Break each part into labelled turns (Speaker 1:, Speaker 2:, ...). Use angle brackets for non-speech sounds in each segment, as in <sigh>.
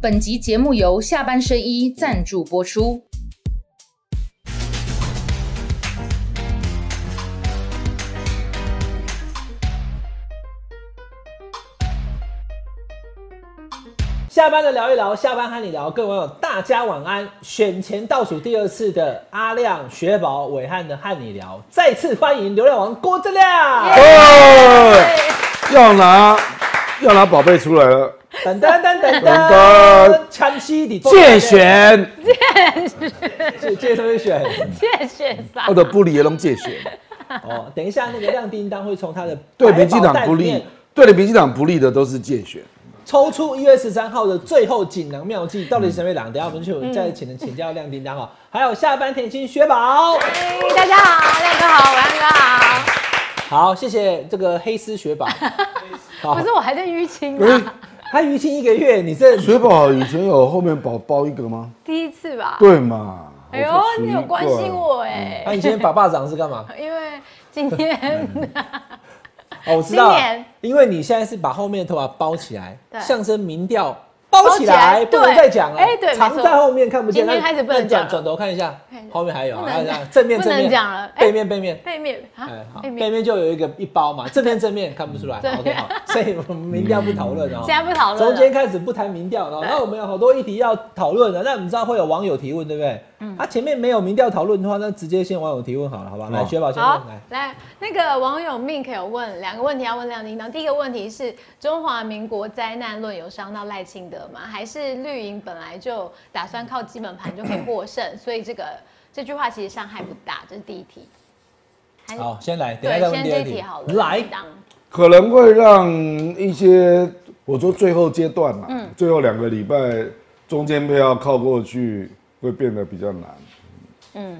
Speaker 1: 本集节目由下半身衣赞助播出。
Speaker 2: 下班了聊一聊，下班和你聊，各位网友大家晚安。选前倒数第二次的阿亮、雪宝、伟汉的和你聊，再次欢迎流量王郭正亮。
Speaker 3: 哦，
Speaker 4: 哎
Speaker 3: 要拿要拿宝贝出来了，
Speaker 2: 噔噔噔噔
Speaker 3: 噔噔
Speaker 2: 噔，川西的
Speaker 3: 借，选，
Speaker 2: 借借同学选。
Speaker 4: 谢谢啥
Speaker 3: 我？的哦不理也能借选，
Speaker 2: 哦，等一下那个亮叮当会从他的
Speaker 3: 对
Speaker 2: 百宝
Speaker 3: 民进党
Speaker 2: 袋
Speaker 3: 不
Speaker 2: 里面
Speaker 4: 哎
Speaker 3: 利，对民进党不利的都是借选。
Speaker 2: 抽出一月十三号的最后锦囊妙计，到底是什么狼？等一下我们就再请请教亮叮当哈，还有下班甜心雪宝。
Speaker 4: 大家好，亮哥好，晚安哥好。
Speaker 2: 好，谢谢这个黑丝雪宝。好嗯
Speaker 4: 不是，我还在淤青
Speaker 3: 哎、
Speaker 4: 啊，
Speaker 2: 他淤青一个月，你这
Speaker 3: 水宝以前有后面宝包一个吗？
Speaker 4: 第一次吧。
Speaker 3: 对嘛？
Speaker 4: 啊哎呦，你有关心我哎、
Speaker 2: 啊，你今天把巴掌是干
Speaker 4: <laughs>
Speaker 2: 嘛？
Speaker 4: 因为今天啊
Speaker 2: 哦，我知道了
Speaker 4: 新年，
Speaker 2: 因为你现在是把后面的头发包起来
Speaker 4: 对，
Speaker 2: 象征民调包起来，
Speaker 4: 包起来
Speaker 2: 不能
Speaker 4: 对
Speaker 2: 再讲了。
Speaker 4: 哎对没
Speaker 2: 藏
Speaker 4: 错
Speaker 2: 在后面看不见。
Speaker 4: 今天
Speaker 2: 那
Speaker 4: 开始不能
Speaker 2: 那
Speaker 4: 讲
Speaker 2: 转转
Speaker 4: 了
Speaker 2: 头看一下
Speaker 4: 看一，下
Speaker 2: 后面还有，啊
Speaker 4: 不能
Speaker 2: 看一下
Speaker 4: 讲
Speaker 2: 正面
Speaker 4: 不能
Speaker 2: 正面
Speaker 4: 讲了哎
Speaker 2: 背面背面。
Speaker 4: 背面啊
Speaker 2: 哎，，好，
Speaker 4: 背
Speaker 2: 背
Speaker 4: 面，
Speaker 2: 面就有一个一包嘛，正面正面看不出来
Speaker 4: <laughs> 对
Speaker 2: ，OK 好，所以我们民调不讨论
Speaker 4: <laughs>
Speaker 2: 哦
Speaker 4: 现。在不讨论
Speaker 2: 从
Speaker 4: 了。
Speaker 2: 今天开始不谈民调了哦，
Speaker 4: 对
Speaker 2: 那我们有好多议题要讨论的，那你知道会有网友提问对不对？嗯，啊前面没有民调讨论的话，那直接先网友提问好了，好吧？来，
Speaker 3: 好
Speaker 2: 雪宝先问
Speaker 4: 好
Speaker 2: 来。，
Speaker 4: 来，那个网友 Mink 有问两个问题要问亮叮当。第一个问题是中华民国灾难论有伤到赖清德吗？还是绿营本来就打算靠基本盘就可以获胜，所以这个这句话其实伤害不大，这是第一题。还是
Speaker 2: 好，先来，等一下
Speaker 4: 对
Speaker 2: 再，问
Speaker 4: 先
Speaker 2: 第
Speaker 4: 这
Speaker 2: 二
Speaker 4: 一题
Speaker 2: 题
Speaker 4: 好了。。
Speaker 2: 来
Speaker 4: 叮，当
Speaker 3: 可能会让一些我说最后阶段嘛，
Speaker 4: 嗯
Speaker 3: 最后两个礼拜中间票要靠过去会变得比较难。
Speaker 4: 嗯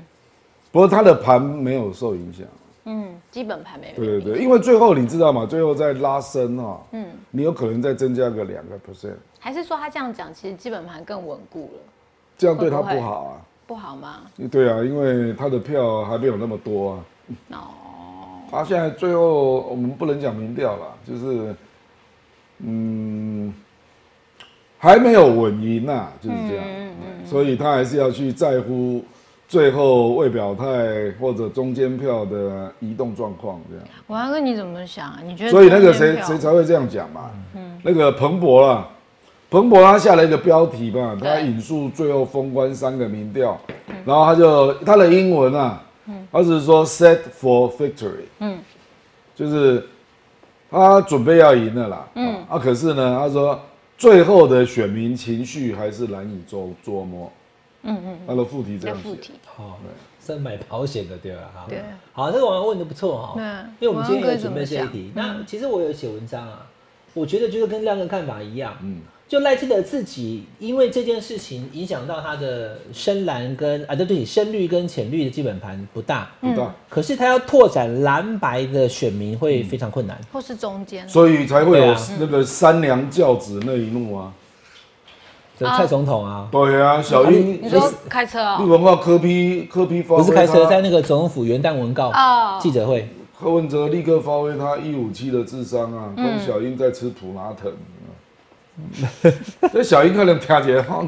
Speaker 3: 不过他的盘没有受影响，
Speaker 4: 嗯，基本盘没问
Speaker 3: 对
Speaker 4: 题
Speaker 3: 对对，因为最后你知道嘛，最后再拉升啊、
Speaker 4: 嗯
Speaker 3: 你有可能再增加个两个 percent，
Speaker 4: 还是说他这样讲，其实基本盘更稳固了，
Speaker 3: 这样对他
Speaker 4: 会
Speaker 3: 不
Speaker 4: 不会
Speaker 3: 好啊。
Speaker 4: 不好吗？
Speaker 3: 对啊，因为他的票还没有那么多啊。
Speaker 4: 哦，
Speaker 3: 他现在最后我们不能讲民调啦，就是，嗯，还没有稳赢呐、就是这样。所以他还是要去在乎最后未表态或者中间票的移动状况这样。
Speaker 4: 我要跟你怎么想啊？你觉得？
Speaker 3: 所以那个谁谁才会这样讲嘛？那个彭博啦，彭博他下了一个标题嘛，他
Speaker 4: 对
Speaker 3: 引述最后封关三个民调，然后他就他的英文啊，他只是说 set for victory，嗯，就是他准备要赢了啦，嗯，啊，可是呢，他说最后的选民情绪还是难以捉捉摸，嗯嗯，他的副题这
Speaker 4: 的
Speaker 3: 样
Speaker 4: 附
Speaker 3: 写，
Speaker 4: 体？
Speaker 2: 哦，是买保险的对吧？哈，
Speaker 4: 对
Speaker 2: 好，这个网友问的不错哈，
Speaker 4: 对
Speaker 2: 因为我们今天有准备这一题。那其实我有写文章啊，我觉得就是跟亮哥看法一样，嗯，就赖清德自己因为这件事情影响到他的深蓝跟啊，对不起，深绿跟浅绿的基本盘不大，
Speaker 3: 不大，
Speaker 2: 可是他要拓展蓝白的选民会非常困难。
Speaker 4: 或是中间？
Speaker 3: 所以才会
Speaker 2: 对
Speaker 3: 有
Speaker 2: 啊
Speaker 3: 那个三娘教子那一幕啊，
Speaker 2: 这蔡总统啊，
Speaker 3: 对啊，小英
Speaker 4: 你说开车
Speaker 3: 绿
Speaker 4: 哦、
Speaker 3: 文化科批科批发挥
Speaker 2: 不是开车，
Speaker 3: 他
Speaker 2: 在那个总统府元旦文告
Speaker 4: 哦
Speaker 2: 记者会，
Speaker 3: 柯文哲立刻发挥他一五七的智商啊，跟小英在吃普拿疼。这小英可能听起来好，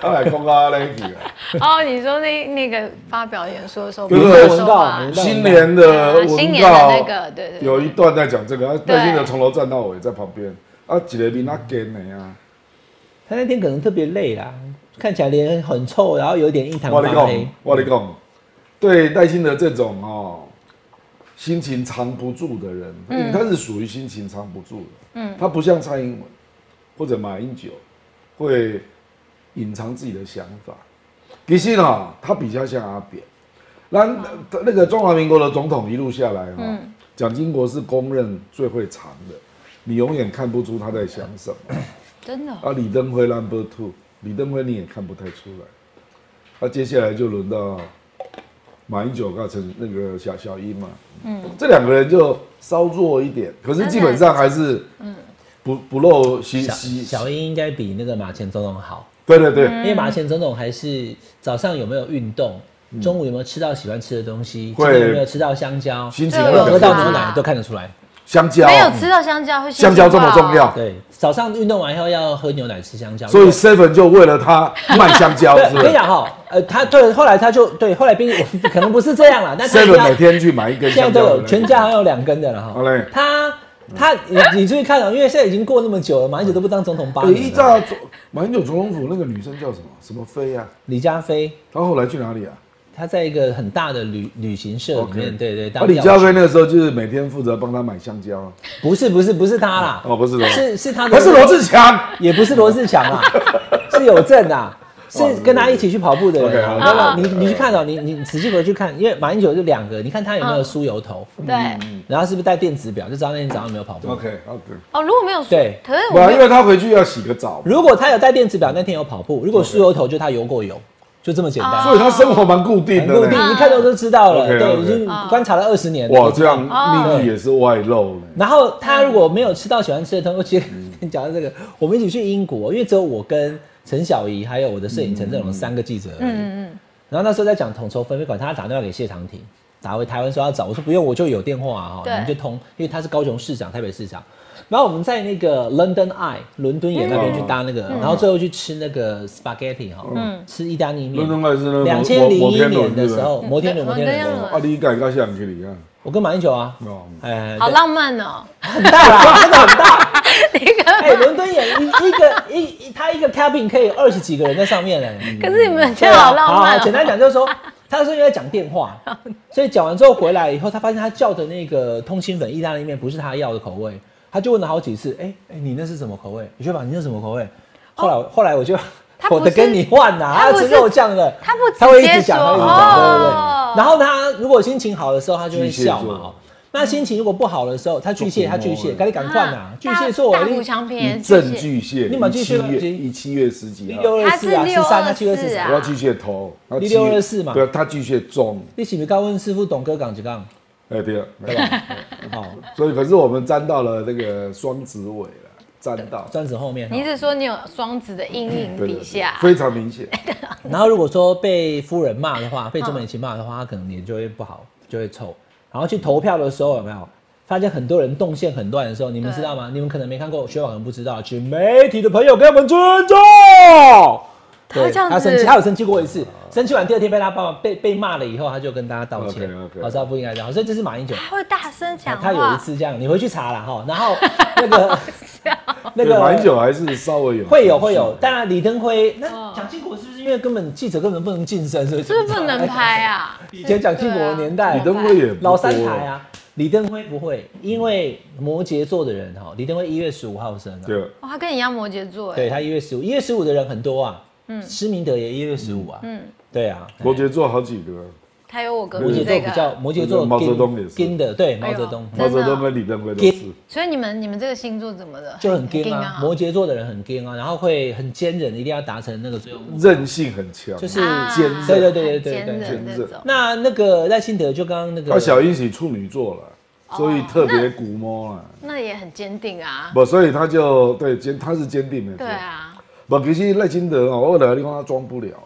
Speaker 3: 他来讲啊那一句啊，
Speaker 4: 哦，你说那那个发表演说的时候，
Speaker 3: 就是
Speaker 4: 不是
Speaker 3: 文
Speaker 4: 说
Speaker 2: 告
Speaker 4: 嘛
Speaker 2: 文告
Speaker 3: 新年的
Speaker 4: 啊新
Speaker 3: 文
Speaker 4: 年的
Speaker 3: 告
Speaker 4: 那个，对对对
Speaker 3: 有一段在讲这个，啊
Speaker 4: 对
Speaker 3: 戴金德从头站到尾在旁边，啊几个比他干的啊，
Speaker 2: 他那天可能特别累啦，看起来脸很臭，然后有点印堂
Speaker 3: 我跟你
Speaker 2: 发
Speaker 3: 讲
Speaker 2: 黑。，
Speaker 3: 我跟你讲，对戴金德这种哦心情藏不住的人，他是属于心情藏不住的，嗯，他不像蔡英文或者马英九会隐藏自己的想法，其实呢，他比较像阿扁。那那个中华民国的总统一路下来哈、蒋经国是公认最会藏的，你永远看不出他在想什么。
Speaker 4: 真的哦、
Speaker 3: 啊，李登辉 number two，李登辉你也看不太出来。那、接下来就轮到马英九跟陈那个小小英嘛，嗯，这两个人就稍弱一点，可是基本上还是，嗯，不不露心
Speaker 2: 小
Speaker 3: 机。
Speaker 2: 小英应该比那个马前总统好，
Speaker 3: 对对对，
Speaker 4: 嗯
Speaker 2: 因为马前总统还是早上有没有运动，中午有没有吃到喜欢吃的东西，今
Speaker 3: 嗯会
Speaker 2: 天有没有吃到香蕉，
Speaker 3: 心情
Speaker 2: 有
Speaker 3: 会
Speaker 2: 没有
Speaker 3: 比
Speaker 2: 喝
Speaker 3: 较
Speaker 2: 到
Speaker 4: 对
Speaker 2: 牛
Speaker 3: 好
Speaker 2: 奶，都看得出来。
Speaker 3: 香蕉
Speaker 4: 没有吃到香蕉会哦心
Speaker 3: 香
Speaker 4: 情
Speaker 3: 蕉这么
Speaker 4: 不好
Speaker 3: 重要，
Speaker 2: 对，早上运动完以后要喝牛奶吃香蕉，
Speaker 3: 所以 Seven 就为了他卖香蕉，
Speaker 2: 对，
Speaker 3: 是
Speaker 2: 我
Speaker 3: 不
Speaker 2: 跟你
Speaker 3: 是
Speaker 2: 讲哈，呃，他对，后来他就对，后来变可能不是这样了，但他应
Speaker 3: ？Seven
Speaker 2: 该
Speaker 3: 每天去买一根
Speaker 2: 现在
Speaker 3: 香
Speaker 2: 都
Speaker 3: 蕉回
Speaker 2: 有
Speaker 3: 来，
Speaker 2: 全家好像有两根的了哈。
Speaker 3: 好嘞
Speaker 2: 他他你你注意看哦，因为现在已经过那么久了嘛，马英九都不当总统八
Speaker 3: 哎依
Speaker 2: 年了。
Speaker 3: 照总马英九总统府那个女生叫什么什么飞啊？
Speaker 2: 李佳飞
Speaker 3: 她后来去哪里啊？
Speaker 2: 他在一个很大的旅旅行社里面
Speaker 3: OK
Speaker 2: 对对，
Speaker 3: 啊，
Speaker 2: 当
Speaker 3: 李
Speaker 2: 教
Speaker 3: 佳
Speaker 2: 授
Speaker 3: 飞那个时候就是每天负责帮他买香蕉啊。
Speaker 2: 不是不是不是他啦，
Speaker 3: 哦，不是的，
Speaker 2: 是是他的，
Speaker 3: 他是罗志祥。
Speaker 2: 也不是罗志祥
Speaker 3: <laughs>
Speaker 2: 啦，是有证啊，是跟他一起去跑步的人啊。
Speaker 3: OK，好
Speaker 2: 那么
Speaker 4: 好
Speaker 2: 你你去看哦，你你仔细回去看，因为马英九就两个，你看他有没有梳油头，
Speaker 3: 嗯
Speaker 4: 对，
Speaker 2: 然后是不是戴电子表，就知道那天早上有没有跑步。
Speaker 3: OK OK，
Speaker 4: 哦，如果没有说
Speaker 2: 对
Speaker 4: 可是
Speaker 3: 不
Speaker 4: 我
Speaker 3: 然
Speaker 4: 没
Speaker 3: 因
Speaker 4: 有
Speaker 3: 为他回去要洗个澡，
Speaker 2: 如果他有戴电子表，那天有跑步；如果梳油头，就他游过泳，就这么简单。
Speaker 3: 所以他生活蛮固定
Speaker 2: 很
Speaker 3: 的
Speaker 2: 固定，
Speaker 3: 呢。
Speaker 2: 一看到就知道了。
Speaker 3: OK，
Speaker 2: 对，
Speaker 3: OK
Speaker 2: 已经观察了二十年了。
Speaker 3: 哇，这样
Speaker 4: 哦
Speaker 3: 秘密也是外露呢。
Speaker 2: 然后他如果没有吃到喜欢吃的东西，
Speaker 3: 嗯
Speaker 2: 我 <laughs> 讲到这个，我们一起去英国，因为只有我跟陈小怡还有我的摄影陈振荣三个记者而已。
Speaker 4: 嗯嗯
Speaker 2: 然后那时候在讲统筹分配管，他打电话给谢长廷，打回台湾说要找，我说不用，我就有电话啊，哦
Speaker 4: 对
Speaker 2: 你们就通，因为他是高雄市长、台北市长。然后我们在那个 London Eye 伦敦眼那边去搭那
Speaker 4: 嗯
Speaker 2: 个，然后最后去吃那个 spaghetti 哈、吃意大利面。
Speaker 3: 伦敦爱是那
Speaker 2: 嗯两
Speaker 3: 个
Speaker 2: 千零
Speaker 3: 摩
Speaker 2: 一
Speaker 3: 天
Speaker 2: 年
Speaker 3: 轮
Speaker 2: 的时候，，摩天轮，摩
Speaker 4: 摩
Speaker 2: 天
Speaker 4: 天轮
Speaker 2: 轮，
Speaker 3: 啊，你敢敢想去你啊？
Speaker 2: 我跟马英九啊，
Speaker 3: 哦，
Speaker 2: 哎，
Speaker 4: 好浪漫哦， <laughs>
Speaker 2: 很大啦，真的很大。
Speaker 4: 你可
Speaker 2: <laughs> 哎，伦敦眼一一个一一他一个 cabin 可以有二十几个人在上面嘞。
Speaker 4: 可是你们觉
Speaker 2: 对
Speaker 4: 得
Speaker 2: 啊，
Speaker 4: 好浪漫
Speaker 2: 好简
Speaker 4: 哦，
Speaker 2: 单讲就是
Speaker 4: <laughs>
Speaker 2: 说，他是因为在讲电话，所以讲完之后回来以后，他发现他叫的那个通心粉意大利面不是他要的口味，他就问了好几次，哎、哎、你那是什么口味？你确保你那是什么口味？后来、后来我就。
Speaker 4: 哦他不
Speaker 2: 我
Speaker 4: 是
Speaker 2: 的跟你换呐、
Speaker 4: 他
Speaker 2: 啊，
Speaker 4: 不是
Speaker 2: 吃肉酱的，
Speaker 4: 他不直接
Speaker 2: 他会一直讲，他会一
Speaker 4: 说
Speaker 2: 直讲，对对对
Speaker 4: 哦。
Speaker 2: 然后他如果心情好的时候，他就会笑
Speaker 3: 巨蟹
Speaker 2: 嘛。
Speaker 3: 座
Speaker 2: 哦那心情如果不好的时候，他巨蟹，他巨蟹，赶紧赶快呐
Speaker 4: 啊，
Speaker 2: 巨蟹座，
Speaker 4: 大
Speaker 2: 我
Speaker 4: 大
Speaker 2: 一
Speaker 4: 补强
Speaker 3: 你
Speaker 4: 片，
Speaker 3: 正巨蟹，
Speaker 2: 你买
Speaker 3: 一
Speaker 2: 巨
Speaker 3: 七
Speaker 2: 蟹吗
Speaker 3: 月
Speaker 2: 巨
Speaker 3: 一七月十几号，
Speaker 2: 六二
Speaker 4: 他
Speaker 2: 四
Speaker 4: 是
Speaker 2: 啊，十三，他七二
Speaker 4: 624
Speaker 2: 四十
Speaker 4: 啊
Speaker 3: 我要巨蟹头，然后七月
Speaker 2: 你624嘛
Speaker 3: 对啊，他巨蟹中，
Speaker 2: 你是不是刚问师傅董哥讲一讲？
Speaker 3: 哎对啊，对 <laughs> 吧？
Speaker 2: 哦，
Speaker 3: 所以可是我们沾到了那个双子尾了，沾到，
Speaker 2: 钻石后面。
Speaker 4: 你一直说你有双子的阴影
Speaker 3: 对对
Speaker 4: 底
Speaker 3: 对
Speaker 2: 嗯
Speaker 4: 下，
Speaker 3: 非常明
Speaker 4: <laughs>
Speaker 3: 显。
Speaker 2: 然后如果说被夫人骂的话，被周美琪骂的话，他可能脸就会不好，就会臭。然后去投票的时候有没有发现很多人动线很乱的时候，你们
Speaker 4: 对
Speaker 2: 知道吗？你们可能没看过，学网可能不知道，请媒体的朋友给我们尊重。
Speaker 4: 他会这样子
Speaker 2: 他生气，他有生气过一次，生气完第二天被他爸爸被被骂了以后，他就跟大家道歉，
Speaker 3: OK，OK
Speaker 2: 好，知道不应该这样，所以这是马英九。
Speaker 4: 他会大声讲
Speaker 2: 他有一
Speaker 4: 话，
Speaker 2: 次这样，你回去查了哈，然后那个那
Speaker 3: 对，
Speaker 2: 个
Speaker 3: 蛮久还是稍微有，
Speaker 2: 会有会有，当然李登
Speaker 4: 嗯
Speaker 2: 辉那蒋经国是不是因为根本记者根本不能近身，所以
Speaker 4: 是不是不能拍啊？
Speaker 2: 以前蒋经国的年代，
Speaker 3: 李登辉也不多
Speaker 2: 老三台，啊，李登辉不会，因为摩羯座的人哈，李登辉一月十五号生的，
Speaker 3: 对啊，
Speaker 4: 哇，他跟你一样摩羯座
Speaker 2: 对
Speaker 4: 哎，
Speaker 2: 他一月十五，一月十五的人很多啊，嗯，施明德也一月十五啊，嗯，对啊，
Speaker 3: 摩羯座好几
Speaker 4: 哦
Speaker 3: 个，
Speaker 4: 他有我隔
Speaker 2: 摩羯座
Speaker 4: 壁这
Speaker 2: 比较
Speaker 4: 个，
Speaker 2: 摩羯座
Speaker 3: 毛泽
Speaker 2: 跟
Speaker 3: 东也是
Speaker 2: 跟的，对
Speaker 4: 哎
Speaker 2: 毛
Speaker 4: 呦
Speaker 2: 泽东。
Speaker 3: 毛
Speaker 4: 真的
Speaker 3: 泽
Speaker 4: 哦
Speaker 3: 东跟李登辉都是。
Speaker 4: 所以你们你们这个星座怎么了？
Speaker 2: 就很
Speaker 4: 硬
Speaker 2: 硬啊，摩羯座的人很硬啊，然后会很坚韧，一定要达成那个最后
Speaker 4: 嗯
Speaker 2: 目标。
Speaker 3: 韧性很强，
Speaker 2: 就是
Speaker 3: 坚
Speaker 4: 啊
Speaker 3: 韧
Speaker 2: 对对对对对
Speaker 4: 很坚
Speaker 2: 对
Speaker 4: 韧
Speaker 3: 对
Speaker 4: 这
Speaker 3: 对
Speaker 4: 种。
Speaker 2: 那那个赖幸德就刚刚那
Speaker 3: 他
Speaker 2: 个
Speaker 3: 小英是处女座
Speaker 4: 哦
Speaker 3: 了，所以特别古摸了。
Speaker 4: 那也很坚定啊。
Speaker 3: 不，所以他就对坚，他是坚定的。
Speaker 4: 对，啊，
Speaker 3: 不，其实赖清德哦，我来地方他装不了了。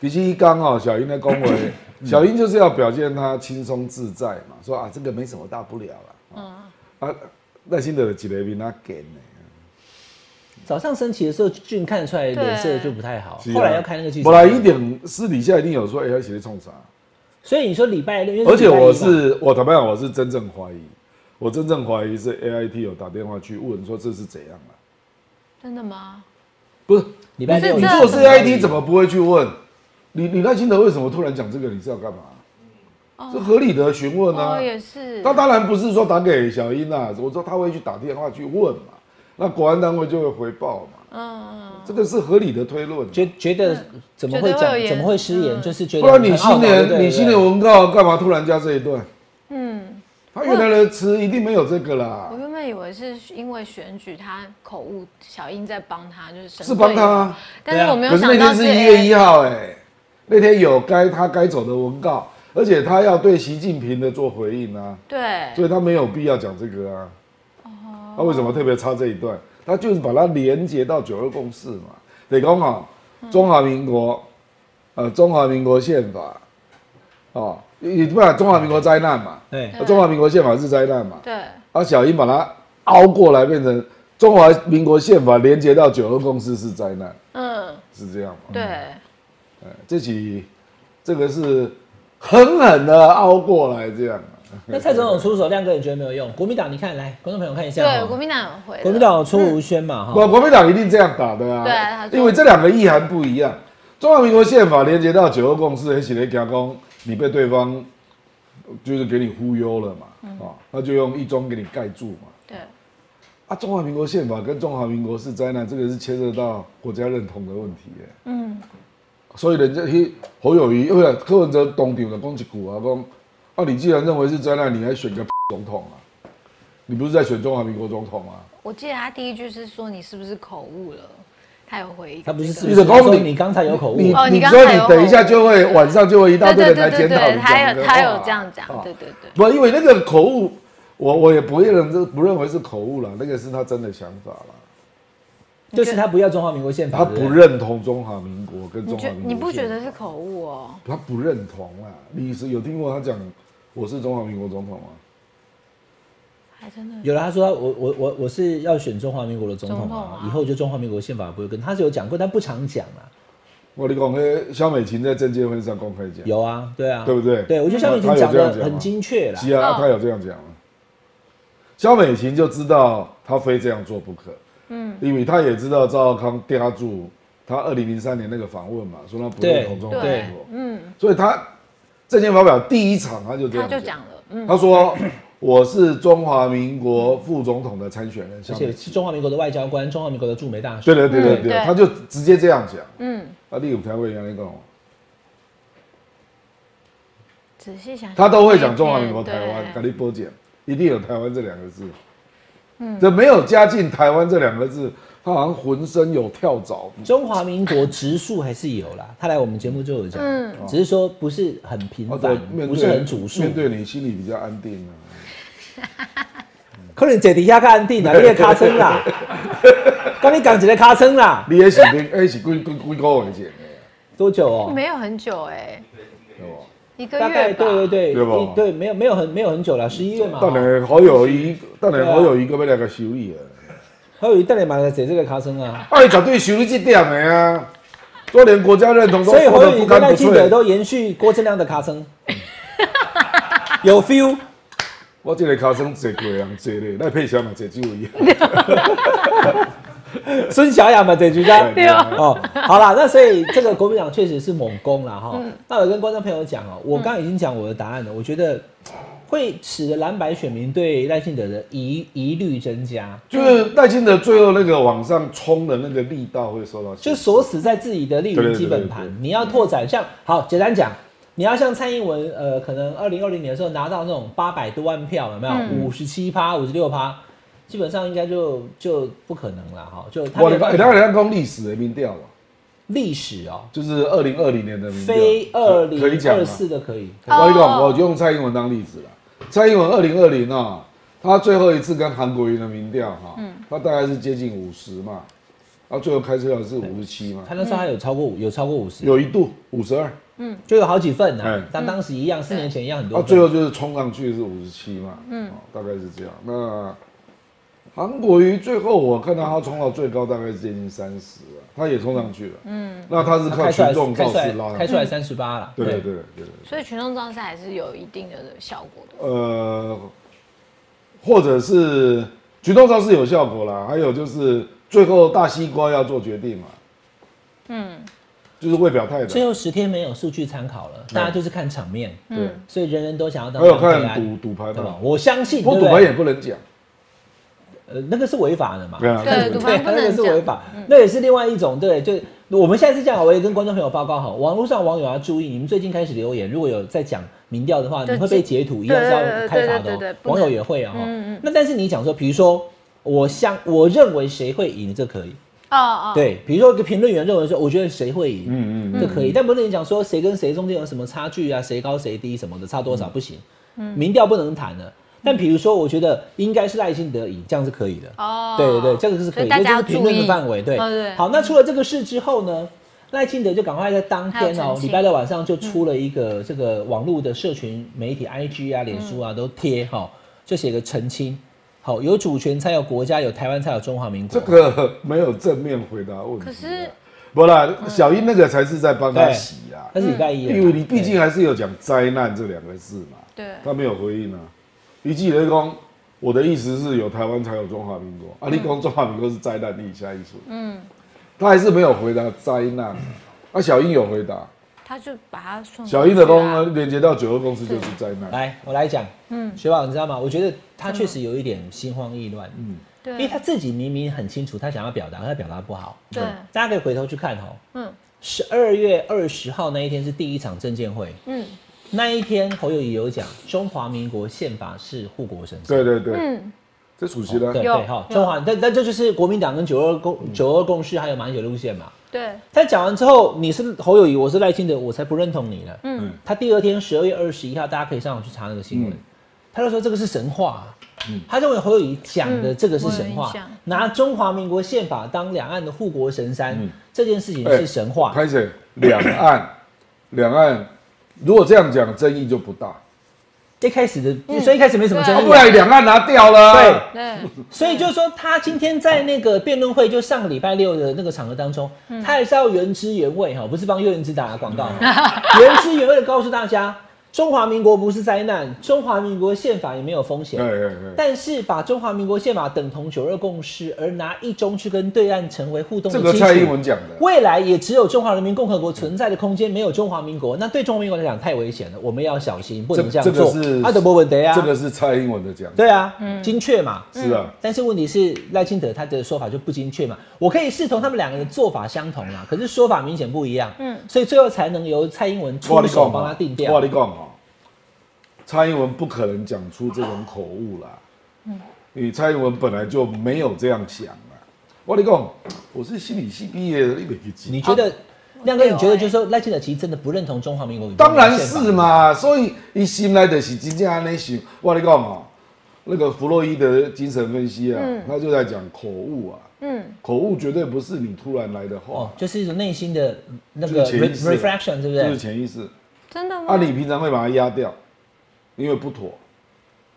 Speaker 3: 其实一刚哦，小英的恭维，
Speaker 4: 嗯
Speaker 3: 小英就是要表现他轻松自在嘛，说啊这个没什么大不了
Speaker 4: 嗯
Speaker 3: 了。啊，赖清德的几个比他给呢，
Speaker 2: 早上升旗的时候，俊看得出来脸色就不太好
Speaker 3: 是，啊
Speaker 2: 后来要开那个记者
Speaker 3: 本来一
Speaker 2: 会，
Speaker 3: 点私底下一定有说，哎、他写的冲啥？
Speaker 2: 所以你说礼拜六，因为
Speaker 3: 而且
Speaker 2: 礼拜一嘛
Speaker 3: 我是我坦白讲，我是真正怀疑，我真正怀疑是 AIT 有打电话去问说这是怎样啊？
Speaker 4: 真的吗？
Speaker 3: 不是，
Speaker 2: 礼拜六，
Speaker 4: 不
Speaker 3: 你
Speaker 4: 这
Speaker 3: 做 CIT 怎么不会去问？你你赖清德为什么突然讲这个？你是要干嘛？这合理的询问啊
Speaker 4: 哦，。也是。
Speaker 3: 他当然不是说打给小英啊，我说他会去打电话去问嘛，那国安单位就会回报嘛，
Speaker 4: 嗯，
Speaker 3: 这个是合理的推论。啊
Speaker 2: 觉觉得怎么会
Speaker 4: 觉得
Speaker 2: 讲
Speaker 4: 会有，言嗯
Speaker 2: 怎么会失言，就是觉得
Speaker 3: 不然你
Speaker 2: 啊很懊恼
Speaker 3: 新
Speaker 2: 对不
Speaker 3: 年
Speaker 2: 对
Speaker 3: 你新年文告干嘛突然加这一段？嗯，他原来的词一定没有这个啦
Speaker 4: 我。原本以为是因为选举他口误，小英在帮他，就是神
Speaker 3: 是帮他
Speaker 4: 队友
Speaker 3: 啊，
Speaker 4: 但是我没有
Speaker 3: 可是那
Speaker 4: 想
Speaker 3: 天
Speaker 4: 到
Speaker 3: 是一月一
Speaker 4: 号，
Speaker 3: 号哎、那天有该他该走的文告，而且他要对习近平的做回应啊，
Speaker 4: 哎对，
Speaker 3: 所以他没有必要讲这个啊。
Speaker 4: 哦
Speaker 3: 他为什么特别插这一段？他就是把它连接到九二共识嘛。哦
Speaker 4: 嗯
Speaker 3: 得讲啊，中华民国，呃，中华民国宪法，啊、哦，你不然中华民国灾难嘛，
Speaker 2: 对
Speaker 4: 对
Speaker 3: 中华民国宪法是灾难嘛，
Speaker 4: 对，
Speaker 3: 啊，小英把它凹过来变成中华民国宪法连接到九二共识是灾难，
Speaker 4: 嗯，
Speaker 3: 是这样嘛？
Speaker 4: 对，
Speaker 3: 哎这起这个是狠狠的凹过来这样啊。
Speaker 2: 那蔡总统出手，亮哥你觉得没有用？国民党你看来，观众朋友看一下哈，
Speaker 4: 对，国民党有回的，
Speaker 2: 国民党有出吴宣嘛哈，
Speaker 3: 国国民党一定这样打的
Speaker 4: 对啊
Speaker 3: 啊
Speaker 4: 他，说
Speaker 3: 因为这两个意涵不一样。中华民国宪法连接到九二共识，很显然讲公，你被对方就是给你忽悠了嘛，
Speaker 4: 嗯
Speaker 3: 啊、那就用一中给你盖住嘛。
Speaker 4: 对，
Speaker 3: 啊，中华民国宪法跟中华民国是灾难，这个是牵涉到国家认同的问题耶。
Speaker 4: 嗯，
Speaker 3: 所以人家去侯友谊，或者柯文哲懂顶的攻击股啊，讲啊，你既然认为是灾难，你还选个总统啊？你不是在选中华民国总统吗？啊
Speaker 4: 我记得他第一句是说你是不是口误了，他有回应
Speaker 2: 他不是是不是
Speaker 3: 你的
Speaker 4: 这个
Speaker 2: 他说
Speaker 3: 公民
Speaker 2: 你刚才有口误
Speaker 3: 你
Speaker 2: 啊？
Speaker 4: 哦
Speaker 3: 你
Speaker 4: 你刚
Speaker 3: 所以
Speaker 4: 才
Speaker 3: 你
Speaker 4: 有
Speaker 3: 等一下就会晚上就会一大
Speaker 4: 对
Speaker 3: 堆
Speaker 4: 对
Speaker 3: 人来
Speaker 4: 对对
Speaker 3: 检讨
Speaker 4: 对，
Speaker 3: 你
Speaker 4: 他
Speaker 3: 讲
Speaker 4: 有
Speaker 3: 的
Speaker 4: 他
Speaker 3: 话
Speaker 4: 有这样讲，
Speaker 2: 哦
Speaker 4: 对对对，
Speaker 3: 不，因为那个口误，我我也不认这不认为是口误了，那个是他真的想法了，
Speaker 2: 就是他不要中华民国宪法，
Speaker 3: 他
Speaker 2: 对
Speaker 3: 不
Speaker 2: 对
Speaker 3: 认同中华民国跟
Speaker 4: 你
Speaker 3: 中华
Speaker 4: 觉
Speaker 3: 民国，
Speaker 4: 你不觉得是？口误哦？
Speaker 3: 他不认同啊！你是有听过他讲我是中华民国总统吗？
Speaker 4: 还真的
Speaker 2: 有了，他说我我我我是要选中华民国的总
Speaker 4: 总
Speaker 2: 统
Speaker 4: 统
Speaker 2: 啊
Speaker 4: 啊，
Speaker 2: 以后就中华民国宪法不会跟，他是有讲过，但不常讲啊。
Speaker 3: 我跟你讲，那肖美琴在证件会上公开讲，
Speaker 2: 有啊，对啊，
Speaker 3: 对不对
Speaker 2: 对，我觉得肖美
Speaker 3: 他
Speaker 2: 琴
Speaker 3: 有
Speaker 2: 讲
Speaker 3: 这样
Speaker 2: 的
Speaker 3: 讲吗
Speaker 2: 很精确啦。
Speaker 3: 是啊，
Speaker 4: 嗯
Speaker 3: 他有这样讲吗？肖美琴就知道他非这样做不可，嗯，因为他也知道赵少康嗲住他二零零三年那个访问嘛，说他不认同中华
Speaker 4: 对
Speaker 3: 民国，
Speaker 4: 嗯，
Speaker 3: 所以他证件发表第一场他就这
Speaker 4: 他
Speaker 3: 样
Speaker 4: 就讲了，嗯，
Speaker 3: 他说我是中华民国副总统的参选人，
Speaker 2: 而
Speaker 3: 肖美
Speaker 2: 且
Speaker 3: 琴，
Speaker 2: 是中华民国的外交官，中华民国的驻美大使。
Speaker 3: 对对对对
Speaker 4: 嗯
Speaker 3: 对，
Speaker 4: 对
Speaker 3: 他就直接这样讲，
Speaker 4: 嗯，
Speaker 3: 啊，第五条会杨立功。
Speaker 4: 仔细想想，
Speaker 3: 他都会讲中华民国台湾，
Speaker 4: 对
Speaker 3: 跟你波姐一定有台湾这两个字。嗯，这没有加进台湾这两个字，他好像浑身有跳蚤。
Speaker 2: 中华民国植树还是有啦，他来我们节目就有讲，
Speaker 4: 嗯
Speaker 2: 只是说不是很频
Speaker 3: 哦，
Speaker 2: 繁，
Speaker 3: 面对
Speaker 2: 不是很主树。
Speaker 3: 面对你心里比较安定啊。
Speaker 2: 可能坐底下较安定啦，你个尻川
Speaker 3: <laughs>
Speaker 2: 啦，跟你讲一个尻川啦，
Speaker 3: 你也是你也是几几几个月前的，
Speaker 2: 多久哦、
Speaker 4: 没有很久哎，
Speaker 3: 对吧？
Speaker 4: 一个
Speaker 2: 大
Speaker 4: 月
Speaker 2: 概
Speaker 4: 吧，
Speaker 2: 对对对，
Speaker 3: 对吧
Speaker 2: 一对没有没有很没有很久了，十一月嘛。
Speaker 3: 当
Speaker 2: 哦
Speaker 3: 然好友谊，当然
Speaker 2: 对啊
Speaker 3: 好友谊，搁要来个修理啊。
Speaker 2: 还有一等你买来坐这个尻川啊。
Speaker 3: 啊，你绝对修理这点的啊，都连国家认同都
Speaker 2: 所以
Speaker 3: 说
Speaker 2: 侯
Speaker 3: 的
Speaker 2: 友
Speaker 3: 不
Speaker 2: 宜跟
Speaker 3: 干
Speaker 2: 赖
Speaker 3: 不
Speaker 2: 清德
Speaker 3: 脆。
Speaker 2: 都延续郭正亮的尻
Speaker 4: <laughs>
Speaker 2: 川，有 feel。
Speaker 3: 我这个卡生坐过的人坐咧，赖佩霞嘛坐酒一样。
Speaker 2: 孙小雅嘛，这局长。
Speaker 3: <laughs> 对啊
Speaker 2: 哦，好啦，那所以这个国民党确实是猛攻啦哈。那我跟观众朋友讲哦，我刚刚已经讲我的答案了，我觉得会使得蓝白选民对赖清德的疑疑虑增加，
Speaker 3: 就是赖清德最后那个往上冲的那个力道会受到限制，
Speaker 2: 就锁死在自己的立
Speaker 3: 对
Speaker 2: 委
Speaker 3: 对对
Speaker 2: 基本
Speaker 3: 对
Speaker 2: 盘
Speaker 3: 对。
Speaker 2: 你要拓展像好简单讲。你要像蔡英文，呃，可能二零二零年的时候拿到那种八百多万票，有没有？五十七趴、五十六趴，基本上应该就就不可能了哈，就他
Speaker 3: 哇，
Speaker 2: 没有
Speaker 3: 你
Speaker 2: 办
Speaker 3: 看，
Speaker 2: 法
Speaker 3: 当然公历史的民调嘛，
Speaker 2: 历史哦、
Speaker 3: 就是二零二零年的民调，
Speaker 2: 非二零
Speaker 3: 嗯啊可以讲
Speaker 2: 二
Speaker 3: 吗？
Speaker 2: 四的可以。
Speaker 3: 我跟你讲，
Speaker 4: 哦
Speaker 3: 我就用蔡英文当例子了。蔡英文二零二零啊，他最后一次跟韩国瑜的民调哈、他大概是接近五十嘛，他最后开出来是五十七嘛
Speaker 2: 他，那时候还有超过五，有超过五十，
Speaker 3: 有一度五十二，
Speaker 2: 就有好几份呢、
Speaker 3: 哎
Speaker 2: 啊。但当时一样，四年前一样很多份。
Speaker 3: 他啊最后就是冲上去是五十七嘛，嗯、大概是这样。那韩国瑜最后我看到他冲到最高大概是接近三十了，他也冲上去了，嗯，那他是
Speaker 2: 他
Speaker 3: 靠
Speaker 2: 开出
Speaker 3: 群众
Speaker 2: 来，开
Speaker 3: 造
Speaker 2: 出
Speaker 3: 势拉
Speaker 2: 来，
Speaker 3: 的，
Speaker 2: 开出来三十八了。
Speaker 3: 对对对对对。
Speaker 4: 所以群众造势还是有一定的效果的，
Speaker 3: 呃，或者是举动招是有效果啦，还有就是最后大西瓜要做决定嘛，嗯，就是未表态
Speaker 2: 最
Speaker 3: 的，
Speaker 2: 后十天没有数据参考了，大家就是看场面，
Speaker 3: 对，
Speaker 2: 所以人人都想要当
Speaker 3: 哎还有
Speaker 2: 张惠
Speaker 3: 看
Speaker 2: 安
Speaker 3: 赌赌牌
Speaker 2: 嗯对吧
Speaker 3: 嘛？，
Speaker 2: 我相信，
Speaker 3: 不过
Speaker 2: 对
Speaker 3: 赌
Speaker 2: 不
Speaker 3: 牌
Speaker 2: 对
Speaker 3: 也不能讲，
Speaker 2: 呃，那个是违法的嘛？
Speaker 3: 对啊
Speaker 4: 对
Speaker 3: 那个
Speaker 4: 赌盘不能
Speaker 2: 那个是
Speaker 4: 讲
Speaker 2: 违法，那也是另外一种对。就我们现在是这样，我也跟观众朋友报告好，网络上网友要注意，你们最近开始留言，如果有在讲民调的话，
Speaker 4: 对
Speaker 2: 你会被截图，一样是要开罚
Speaker 4: 对对对对
Speaker 2: 的、
Speaker 4: 对
Speaker 2: 哦，
Speaker 4: 不能
Speaker 2: 网友也会啊、哦。那但是你讲说，比如说我相我认为谁会赢，这可以。
Speaker 4: 哦哦，
Speaker 2: 对，比如说一个评论员认为说，我觉得谁会赢，
Speaker 3: 嗯
Speaker 2: 嗯嗯，这可以，但不能讲说谁跟谁中间有什么差距啊，谁高谁低什么的，差多少不行，民调不能谈的。但比如说，我觉得应该是赖清德赢，这样是可以的。
Speaker 4: 哦
Speaker 2: 对对对，这个是可
Speaker 4: 所以
Speaker 2: 以，
Speaker 4: 大
Speaker 2: 这就
Speaker 4: 家要
Speaker 2: 是
Speaker 4: 注意
Speaker 2: 评论的范围。对
Speaker 4: 哦对，
Speaker 2: 好，那除了这个事之后呢？赖清德就赶快在当天
Speaker 4: 还有
Speaker 2: 哦
Speaker 4: 澄，清
Speaker 2: 礼拜六晚上就出了一个这个网络的社群媒
Speaker 4: 嗯
Speaker 2: 体 IG 啊、脸书啊都贴哈、就写个澄清，好、有主权才有国家，有台湾才有中华民国。
Speaker 3: 这个 <laughs> 没有正面回答问题啊。
Speaker 4: 可是
Speaker 3: 不啦，小英那个才是在帮他洗啊，
Speaker 2: 那是礼拜一啊，
Speaker 3: 因为你毕竟还是有讲灾难这两个字嘛，
Speaker 4: 对
Speaker 3: 他没有回应啊。一记雷公，我的意思是有台湾才有中华民国，
Speaker 4: 嗯
Speaker 3: 啊，你讲中华民国是灾难地下艺术，嗯，他还是没有回答灾难啊，啊，小英有回答，
Speaker 4: 他就把它送啊
Speaker 3: 小英的公连接到九二公司就是灾难，
Speaker 2: 来，我来讲，嗯，学宝，你知道吗？我觉得他确实有一点心慌意乱，嗯，因为
Speaker 4: 对
Speaker 2: 他自己明明很清楚他想要表达，他表达不好。嗯
Speaker 4: 对
Speaker 2: 大家可以回头去看哦，
Speaker 4: 嗯
Speaker 2: 十二月二十号那一天是第一场证监会，
Speaker 4: 嗯
Speaker 2: 那一天侯友谊有讲，中华民国宪法是护国神山。
Speaker 3: 对对对，
Speaker 4: 嗯，
Speaker 3: 这属实
Speaker 2: 对
Speaker 3: 的，
Speaker 2: 对哈，中华，但但这就是国民党跟九二共九二共识还有马英九路线嘛。
Speaker 4: 对
Speaker 2: 他讲完之后，你是侯友谊，我是赖清德，我才不认同你呢。嗯，他第二天十二月二十一号，大家可以上网去查那个新闻，他就说这个是神话、啊他认为侯友谊讲的这个是神话
Speaker 4: 嗯我有印，象
Speaker 2: 拿中华民国宪法当两岸的护国神山、这件事情
Speaker 3: 哎
Speaker 2: 是神话。
Speaker 3: 开始两岸，两岸如果这样讲，争议就不大，
Speaker 2: 一开始的，
Speaker 4: 嗯
Speaker 2: 所以一开始没什么
Speaker 3: 啊
Speaker 2: 争
Speaker 3: <laughs> 不
Speaker 2: 议、啊，
Speaker 3: 然两岸拿掉了啊，
Speaker 2: 对
Speaker 4: 对
Speaker 2: <laughs> 所以就是说，他今天在那个辩论会，就上个礼拜六的那个场合当中，他还是要原汁原味哈，不是帮原汁打广告，原汁原味的告诉大家，中华民国不是灾难，中华民国宪法也没有风险。
Speaker 3: 对对对。
Speaker 2: 但是把中华民国宪法等同九二共识，而拿一中去跟对岸成为互动
Speaker 3: 这
Speaker 2: 的
Speaker 3: 个
Speaker 2: 基
Speaker 3: 蔡英
Speaker 2: 础，
Speaker 3: 文讲的，
Speaker 2: 未来也只有中华人民共和国存在的空间，没有中华民国，那对中华民国来讲太危险了，我们要小心，不能这样
Speaker 3: 这
Speaker 2: 做啊
Speaker 3: 个是。
Speaker 2: 阿德伯文德呀，
Speaker 3: 这个嗯是蔡英文的讲的，
Speaker 2: 对啊，精确嘛，
Speaker 3: 是啊，
Speaker 2: 但是问题是赖清德他的说法就不精确嘛，我可以视同他们两个人做法相同啦，可是说法明显不一样，嗯，所以最后才能由蔡英文
Speaker 3: 我
Speaker 2: 出
Speaker 3: 跟你
Speaker 2: 嗯手
Speaker 3: 讲
Speaker 2: 帮他
Speaker 3: 哦
Speaker 2: 定
Speaker 3: 我
Speaker 2: 调
Speaker 3: 跟。你讲哦，蔡英文不可能讲出这种口误啦。嗯，你蔡英文本来就没有这样想啦。我跟你讲，我是心理系毕业的，你别去急。
Speaker 2: 你觉得亮哥，
Speaker 4: 对哦
Speaker 2: 你觉得就是说赖清德其实真的不认同中华民国？
Speaker 3: 当然是，嘛，所以伊心内就是真正安尼想。我跟你讲哦，那个弗洛伊德精神分析啊，
Speaker 2: 嗯
Speaker 3: 他就在讲口误啊。
Speaker 4: 嗯
Speaker 3: 口误绝对不是你突然来的
Speaker 2: 哦
Speaker 3: 话，，
Speaker 2: 就是一种内心的嗯那
Speaker 3: 就是
Speaker 2: 个
Speaker 3: 潜意
Speaker 2: re-
Speaker 3: 识啊
Speaker 2: reflection，对不
Speaker 3: 这是
Speaker 2: 对？
Speaker 3: 潜意识。
Speaker 4: 真的吗？
Speaker 3: 啊，你平常会把它压掉，因为不妥。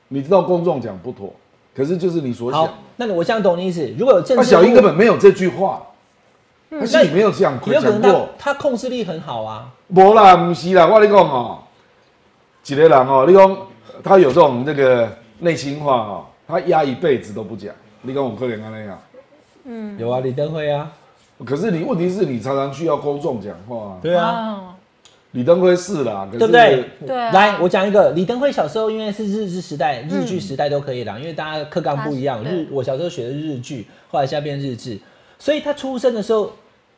Speaker 3: 你知道公众讲不妥，可是就是你所想
Speaker 2: 好。，那你我这样懂你意思，如果有政
Speaker 3: 那
Speaker 2: 治，
Speaker 3: 小英根本没有这句话，他心里没有讲
Speaker 2: 有可
Speaker 3: 讲
Speaker 2: 能他
Speaker 3: 过。
Speaker 2: 他控制力很好啊，
Speaker 3: 无啦，不是啦，我跟你讲哦、一个人哦、你讲他有这种这个内心话哦、他压一辈子都不讲。你讲我可怜安那样，
Speaker 2: 有啊，李登辉啊，
Speaker 3: 可是你问题是你常常需要公众讲话、啊。
Speaker 2: 对
Speaker 4: 嗯
Speaker 2: 啊。
Speaker 4: 哇
Speaker 3: 李登辉是啦，可是
Speaker 2: 对不对？
Speaker 4: 对啊
Speaker 2: 来，我讲一个，李登辉小时候因为是日治时代、日剧时代都可以啦，因为大家课纲不一样。
Speaker 4: 他是
Speaker 2: 日我小时候学的日剧，后来现在变日治，所以他出生的时候，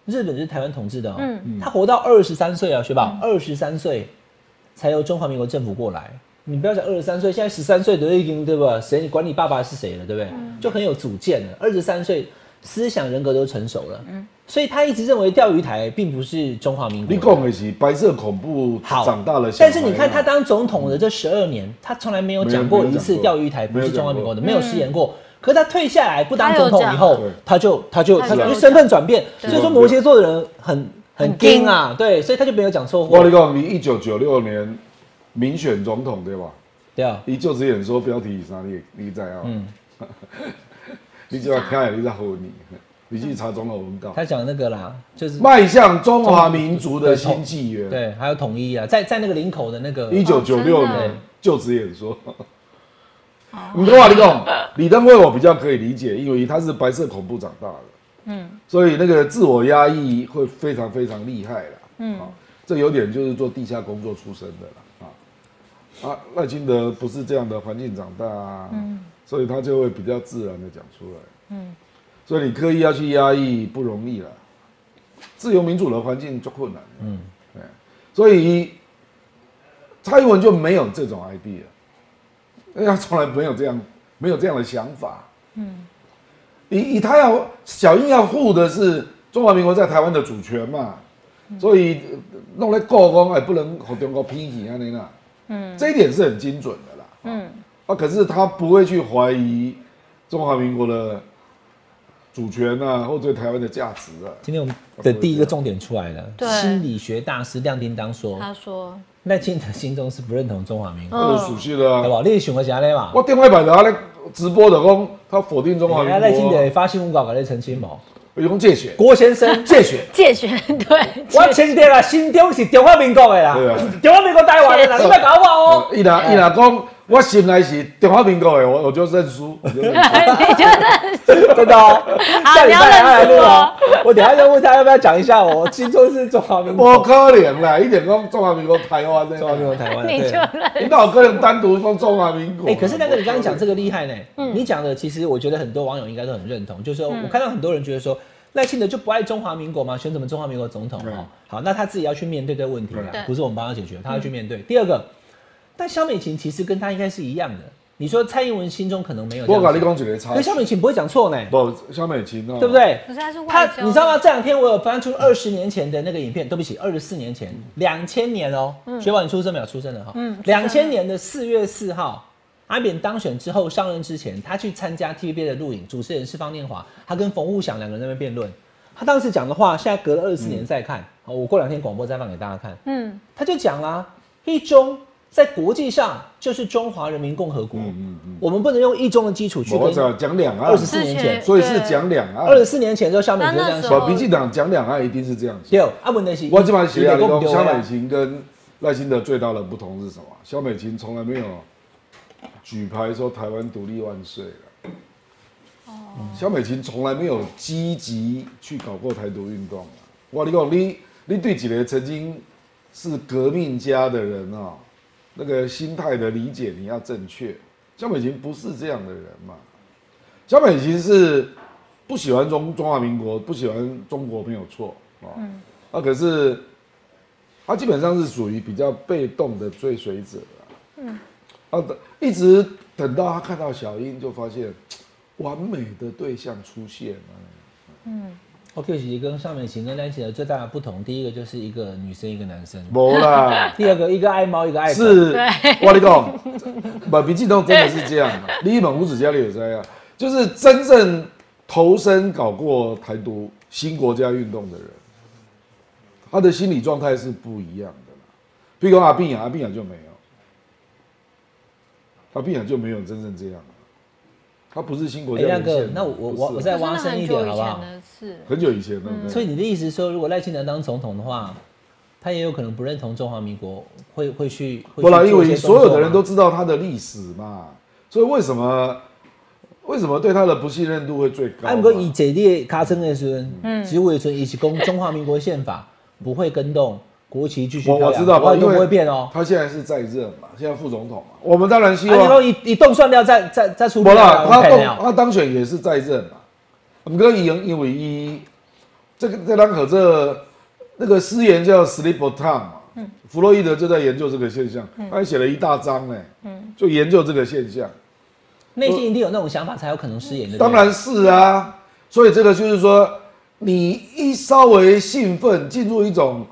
Speaker 2: 日本就是台湾统治的、哦。他活到二十三岁啊，学宝，二十三岁才由中华民国政府过来。你不要讲二十三岁，现在十三岁都已经对吧？谁管你爸爸是谁了，对不对？就很有主见了。二十三岁，思想人格都成熟了。所以他一直认为钓鱼台并不是中华民国。
Speaker 3: 你讲的是白色恐怖
Speaker 2: 好
Speaker 3: 长大了小孩
Speaker 2: 但
Speaker 3: 啊，
Speaker 2: 是你看他当总统的这十二年，他从来没有讲过一次钓鱼台不是中华民国的，没有失言
Speaker 4: 嗯
Speaker 2: 过。可是他退下来不当总统以后
Speaker 3: 对，
Speaker 2: 他就他就
Speaker 4: 他
Speaker 2: 他就
Speaker 4: 就
Speaker 2: 身份转变，所
Speaker 4: 对
Speaker 2: 以说摩羯座的人很很硬啊，对，所以他就没有讲错
Speaker 3: 我跟
Speaker 2: 话
Speaker 3: 你，讲，你一九九六年民选总统对吧？
Speaker 2: 对啊，
Speaker 3: 你就职演说标题是啥？你你知道？嗯， <laughs> 你只要看，你在吼你，你去查总统文稿，
Speaker 2: 他讲那个啦，就是
Speaker 3: 迈向中华民族的新纪元。
Speaker 2: 对，还有统一啊，在在那个林口的那个，
Speaker 3: 一九九六
Speaker 4: 哦真
Speaker 3: 年
Speaker 4: 的
Speaker 3: 就职演说。你 <laughs> 跟我你讲，李登辉我比较可以理解，因为他是白色恐怖长大的，嗯，所以那个自我压抑会非常非常厉害啦，嗯、这有点就是做地下工作出身的啦，啊，啊，赖清德不是这样的环境长大啊，所以他就会比较自然的讲出来，嗯，所以你刻意要去压抑不容易啦，自由民主的环境就困难，嗯，对，所以蔡英文就没有这种 idea，因为他从来没有这样没有这样的想法。嗯，以以他要小英要护的是中华民国在台湾的主权嘛，所以呃弄来告公哎不能和中国拼起啊那那，嗯，这一点是很精准的啦。嗯，啊，可是他不会去怀疑中华民国的主权啊，或者台湾的价值啊。
Speaker 2: 今天我们的第一个重点出来了，
Speaker 4: 对
Speaker 2: 心理学大师亮叮当说，
Speaker 4: 他说，
Speaker 2: 赖清德心中是不认同中华民国，
Speaker 4: 嗯
Speaker 3: 我就熟悉了、
Speaker 2: 对
Speaker 3: 啊。
Speaker 2: 吧？你想个啥嘞嘛？
Speaker 3: 我电话版的啊，那直播的讲他否定中华民
Speaker 2: 人
Speaker 3: 国、
Speaker 2: 家
Speaker 3: 啊，
Speaker 2: 赖哎清德也发新闻稿给你澄清嘛，
Speaker 3: 用借血，
Speaker 2: 郭先
Speaker 4: <laughs>
Speaker 2: 生借选。
Speaker 4: 借选对，
Speaker 2: 我清德啊，新中是中华民国的啦
Speaker 3: 对啊，
Speaker 2: 中华民国台湾的啦，你别搞我
Speaker 4: <laughs>
Speaker 2: 哦。
Speaker 3: 呃伊若伊若讲我心内是中华民国的，我我就
Speaker 2: <laughs>
Speaker 3: 认输，我就认输。
Speaker 4: 你觉得
Speaker 2: 真的哦，
Speaker 4: 好
Speaker 2: 下礼拜他来录
Speaker 4: 啊你要认
Speaker 2: 哦
Speaker 4: 输哦。
Speaker 2: 我等一下再问他要不要讲一下我心中是中华民
Speaker 3: 无
Speaker 2: 国，
Speaker 3: 可能啦，一点讲中华民国台湾
Speaker 2: 中华民国
Speaker 3: 的，
Speaker 2: 台湾。
Speaker 4: <laughs> 你
Speaker 2: 对
Speaker 4: 就认
Speaker 3: 你哪有可能单独说中华民国？
Speaker 2: 哎、可是那个你刚刚讲这个厉害呢，
Speaker 3: 嗯
Speaker 2: 你讲的其实我觉得很多网友应该都很认同，就是说我看到很多人觉得说赖清德就不爱中华民国嘛，选什么中华民国总统
Speaker 3: 对
Speaker 2: 哦？好，那他自己要去面对这个问题
Speaker 3: 对嗯
Speaker 2: 啊
Speaker 4: 对，
Speaker 2: 不是我们帮他解决，他要去面对。第二个，但萧美琴其实跟他应该是一样的，你说蔡英文心中可能没有这
Speaker 3: 我
Speaker 2: 样想，
Speaker 3: 跟你讲一个差
Speaker 2: 可，是萧美琴不会讲错呢，
Speaker 3: 不，萧美琴哦，
Speaker 2: 对不？对？
Speaker 4: 可是他是
Speaker 2: 他
Speaker 4: 外交，
Speaker 2: 你知道吗？？这两天我有翻出二十年前的那个影片，对不起，二十四年前，两千年哦、
Speaker 4: 嗯
Speaker 2: 雪宝，你出生没有？出生了哈。嗯。两千年的四月四号，阿扁当选之后上任之前，他去参加 TVB 的录影，主持人是方念华，他跟冯悟祥两个人在那边辩论。他当时讲的话，现在隔了二十四年再看、哦，我过两天广播再放给大家看。
Speaker 4: 嗯，
Speaker 2: 他就讲啦，一中在国际上就是中华人民共和国，我们不能用一中的基础去
Speaker 3: 我
Speaker 2: 跟
Speaker 3: 讲讲两岸
Speaker 2: 二十，四年
Speaker 4: 之
Speaker 2: 前
Speaker 4: 前。
Speaker 3: 所以是讲两岸
Speaker 2: 二。十四哦年前的时候，小美就这样
Speaker 4: 那时
Speaker 2: 说
Speaker 4: 候。
Speaker 3: 我民进党讲两岸一定是这样子。
Speaker 2: 对，啊，问题是，
Speaker 3: 我基本上写下来
Speaker 2: 你就
Speaker 3: 讲，
Speaker 2: 对
Speaker 3: 萧
Speaker 2: 啊
Speaker 3: 美琴跟赖清德最大的不同是什么？萧美琴从来没有举牌说台湾独立万岁了。萧美琴从来没有积极去搞过台独运动啊。我跟你讲，你你对几个曾经是革命家的人啊、那个心态的理解你要正确。萧美琴不是这样的人嘛，萧美琴是不喜欢中中华民国，不喜欢中国没有错啊。哦啊，可是他基本上是属于比较被动的追随者嗯，啊，等一直等到他看到小英，就发现完美的对象出现了。
Speaker 2: OK 其实跟上面琴跟单琴的最大的不同，第一个就是一个女生一个男生，
Speaker 3: 没啦，
Speaker 2: 第二个一个爱猫一个爱狗。
Speaker 3: 是，我跟你讲，把民进党真的是这样的。你一本五指家里有这样，啊就是真正投身搞过台独新国家运动的人，他的心理状态是不一样的啦。譬如说阿碧雅，阿碧雅就没有，阿碧雅就没有真正这样了。他不是新国
Speaker 2: 哎，
Speaker 3: 家
Speaker 2: 亮
Speaker 3: 连线
Speaker 2: 哥
Speaker 3: 的，，
Speaker 2: 那我我
Speaker 3: 不
Speaker 2: 我
Speaker 3: 是
Speaker 2: 我再
Speaker 3: 啊
Speaker 4: 可是
Speaker 2: 挖
Speaker 4: 那
Speaker 2: 深一
Speaker 4: 很
Speaker 2: 点
Speaker 4: 久以
Speaker 2: 好不
Speaker 4: 前
Speaker 2: 好？
Speaker 4: 的事，
Speaker 3: 很久以前了，对
Speaker 2: 所以你的意思是说，如果赖清德当总统的话，他也有可能不认同中华民国，会会去会
Speaker 3: 不啦，
Speaker 2: 去
Speaker 3: 因
Speaker 2: 做一些
Speaker 3: 为所有的人都
Speaker 2: 动作吗
Speaker 3: 知道他的历史嘛，所以为什么为什么对他的不信任度会最高嘛？
Speaker 2: 啊，不过以这列卡森的时候，嗯，植物的时候，以及供中华民国宪法不会跟动，国旗继续
Speaker 3: 我
Speaker 2: 飘
Speaker 3: 我
Speaker 2: 扬
Speaker 3: 知道吧，
Speaker 2: 外
Speaker 3: 因
Speaker 2: 都
Speaker 3: 为
Speaker 2: 不会变哦。
Speaker 3: 他现在是在任嘛，现在副总统嘛，我们当然希
Speaker 2: 啊，你说
Speaker 3: 望。
Speaker 2: 一一动算掉再再再出
Speaker 3: 不
Speaker 2: 票啊
Speaker 3: 啦，他
Speaker 2: 我看
Speaker 3: 当
Speaker 2: 了
Speaker 3: 他当选也是在任嘛。我们跟赢，因为一这个这张可这那个诗言叫 “sleep time” 嘛，
Speaker 2: 嗯
Speaker 3: 弗洛伊德就在研究这个现象，他还写了一大章呢，
Speaker 2: 嗯
Speaker 3: 就研究这个现象。
Speaker 2: 内心一定有那种想法，才有可能失言的。
Speaker 3: 当然是啊，所以这个就是说，你一稍微兴奋，进入一种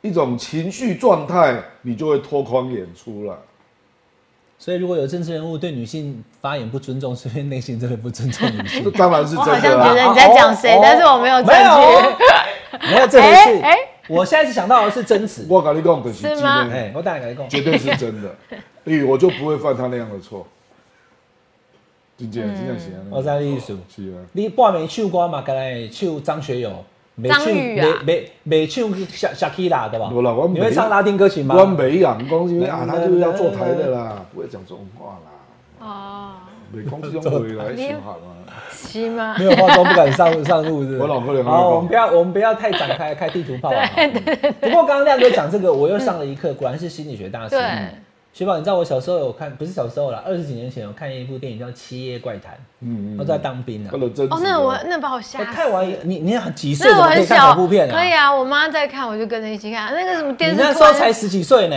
Speaker 3: 一种情绪状态，你就会脱框演出了。
Speaker 2: 所以如果有政治人物对女性发言不尊重， <laughs> 是因为内心真的不尊重
Speaker 4: <laughs>
Speaker 2: 女性
Speaker 3: 这。当然是
Speaker 4: 我
Speaker 3: 真
Speaker 4: 好像
Speaker 3: 的
Speaker 4: 觉
Speaker 3: 啦、
Speaker 4: 得你在讲谁
Speaker 2: 啊哦，
Speaker 4: 但是我没有证
Speaker 2: 没有啊
Speaker 4: 据。，
Speaker 2: 没有这回事。
Speaker 4: 哎哎
Speaker 2: 我现在是想到的是真词。
Speaker 3: 我跟你讲，可是
Speaker 4: 是吗
Speaker 3: 今天
Speaker 2: 哎，我大概跟你
Speaker 3: 绝
Speaker 2: 讲，
Speaker 3: 对是真的，因为我就不会犯他那样的错。真正
Speaker 4: 嗯
Speaker 3: 真正是这样
Speaker 2: 我在艺术，
Speaker 3: 是啊，
Speaker 2: 你半暝唱歌嘛，刚才唱张学友。没
Speaker 4: 张宇啊
Speaker 2: 没没唱小小 K 啦，对吧？
Speaker 3: 没啦我
Speaker 2: 你
Speaker 3: 没
Speaker 2: 会唱拉丁歌曲吗？
Speaker 3: 我没养光，因为啊，他就是要做台的啦，不会讲这种话啦，
Speaker 4: 嗯哦，
Speaker 3: 没空这种回来行好吗？
Speaker 4: 是吗
Speaker 2: 没？有化妆不敢上 <laughs> 上路是不是？
Speaker 3: 我老婆也会
Speaker 2: 好，
Speaker 3: 报
Speaker 2: 我们不要我们不要太展开开地图炮
Speaker 4: <laughs>
Speaker 2: 啊。不过刚刚亮哥讲这个，我又上了一课，果然是心理学大师。
Speaker 4: 对，
Speaker 2: 雪宝，你知道我小时候有看，不是小时候啦，二十几年前有看一部电影叫《七夜怪谈》，
Speaker 3: 嗯
Speaker 2: 我
Speaker 3: 嗯，
Speaker 2: 在当兵呢
Speaker 3: 他。的真实的
Speaker 4: 哦，那我那把我吓
Speaker 2: 我
Speaker 4: 死。
Speaker 2: 看完也你你很几岁，
Speaker 4: 那
Speaker 2: 怎
Speaker 4: 我
Speaker 2: 么可
Speaker 4: 很
Speaker 2: 以看
Speaker 4: 小，
Speaker 2: 恐怖片啊？
Speaker 4: 可以啊，我妈在看，我就跟着一起看。那个什么电
Speaker 2: 你
Speaker 4: 视，
Speaker 2: 那时候才十几岁呢。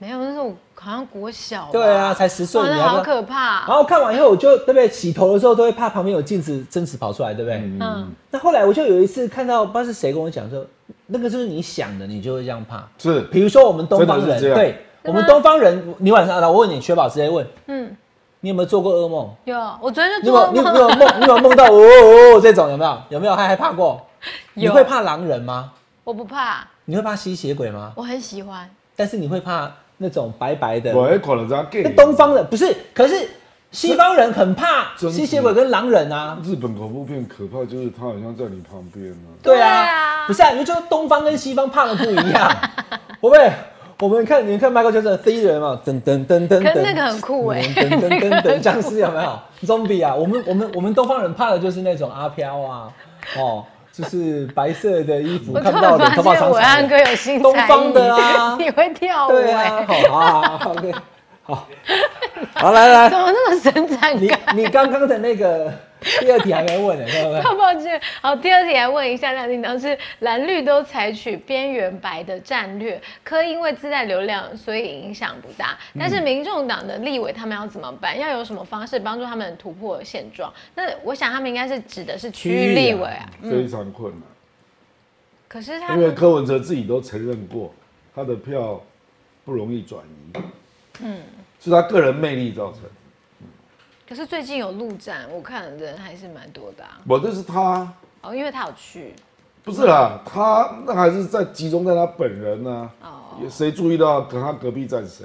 Speaker 4: 没有，那时候我好像国小吧。
Speaker 2: 对啊，才十岁，
Speaker 4: 哇
Speaker 2: 你
Speaker 4: 那
Speaker 2: 还不
Speaker 4: 好可怕。啊
Speaker 2: 然后看完以后，我就对不对？洗头的时候都会怕旁边有镜子、真子跑出来，对不对？
Speaker 4: 嗯，
Speaker 2: 那后来我就有一次看到，不知道是谁跟我讲说，那个就是你想的，你就会这样怕。
Speaker 3: 是
Speaker 2: 比如说我们东方
Speaker 3: 真的
Speaker 2: 人，
Speaker 3: 是这样
Speaker 2: 对我们东方人，你晚上啊，我问你，薛宝直接问，
Speaker 4: 嗯，
Speaker 2: 你有没有做过噩梦？
Speaker 4: 有，我昨天
Speaker 2: <laughs> 你
Speaker 4: 就做
Speaker 2: 有
Speaker 4: 噩
Speaker 2: 你有
Speaker 4: 梦 <laughs>
Speaker 2: 你有梦你有梦到哦哦哦这种有没有？有没有害害怕过？你
Speaker 4: 有
Speaker 2: 会怕狼人吗？
Speaker 4: 我不怕，
Speaker 2: 你会怕吸血鬼吗？
Speaker 4: 我很喜欢。
Speaker 2: 但是你会怕那种白白的？
Speaker 3: 我还可能这样 gay
Speaker 2: 那。东方人不是，可是西方人很怕
Speaker 3: 真
Speaker 2: 吸血鬼跟狼人啊。
Speaker 3: 日本恐怖片可怕就是它好像在你旁边啊。
Speaker 2: 对
Speaker 4: 对
Speaker 2: 啊，
Speaker 4: 啊
Speaker 2: 不是啊，你就东方跟西方怕的不一样。 <laughs> 我们我们看你们看 Michael Jackson 的 C 人嘛，噔噔噔噔
Speaker 4: 可是
Speaker 2: 噔，
Speaker 4: 那个很酷欸
Speaker 2: 噔噔噔噔噔，僵尸有没有？Zombie 啊，我们我们我们东方人怕的就是那种阿飘啊，哦，就是白色的衣服
Speaker 4: 我
Speaker 2: 看
Speaker 4: 突
Speaker 2: 不到
Speaker 4: 然
Speaker 2: 脸，头
Speaker 4: 发
Speaker 2: 发
Speaker 4: 现
Speaker 2: 长
Speaker 4: 伟安
Speaker 2: 长
Speaker 4: 哥
Speaker 2: 的。
Speaker 4: 有新才艺
Speaker 2: 东方的啊
Speaker 4: <laughs> 你会跳舞
Speaker 2: 对
Speaker 4: 哎
Speaker 2: 啊，，好啊好，OK，好，好来来
Speaker 4: 怎， <laughs> 么那么神展
Speaker 2: 你
Speaker 4: 感？
Speaker 2: 你刚刚的那个第二题还没问呢，对不对？
Speaker 4: <laughs> 好抱歉，好，第二题来问一下廖叮当，是蓝绿都采取边缘白的战略，科因为自带流量，所以影响不大。
Speaker 2: 嗯
Speaker 4: 但是民众党的立委他们要怎么办？要有什么方式帮助他们突破现状？那我想他们应该是指的是区域立委啊。
Speaker 3: 非常困难，
Speaker 4: 可是他
Speaker 3: 因为
Speaker 4: 们
Speaker 3: 柯文哲自己都承认过，他的票不容易转移，嗯，是他个人魅力造成。
Speaker 4: 可是最近有陆战，我看人还是蛮多的啊。
Speaker 3: 我这是他，
Speaker 4: 哦，因为他有去
Speaker 3: 不是啦，他那还是在集中在他本人呢、啊。
Speaker 4: 哦，
Speaker 3: 也谁注意到跟他隔壁站谁？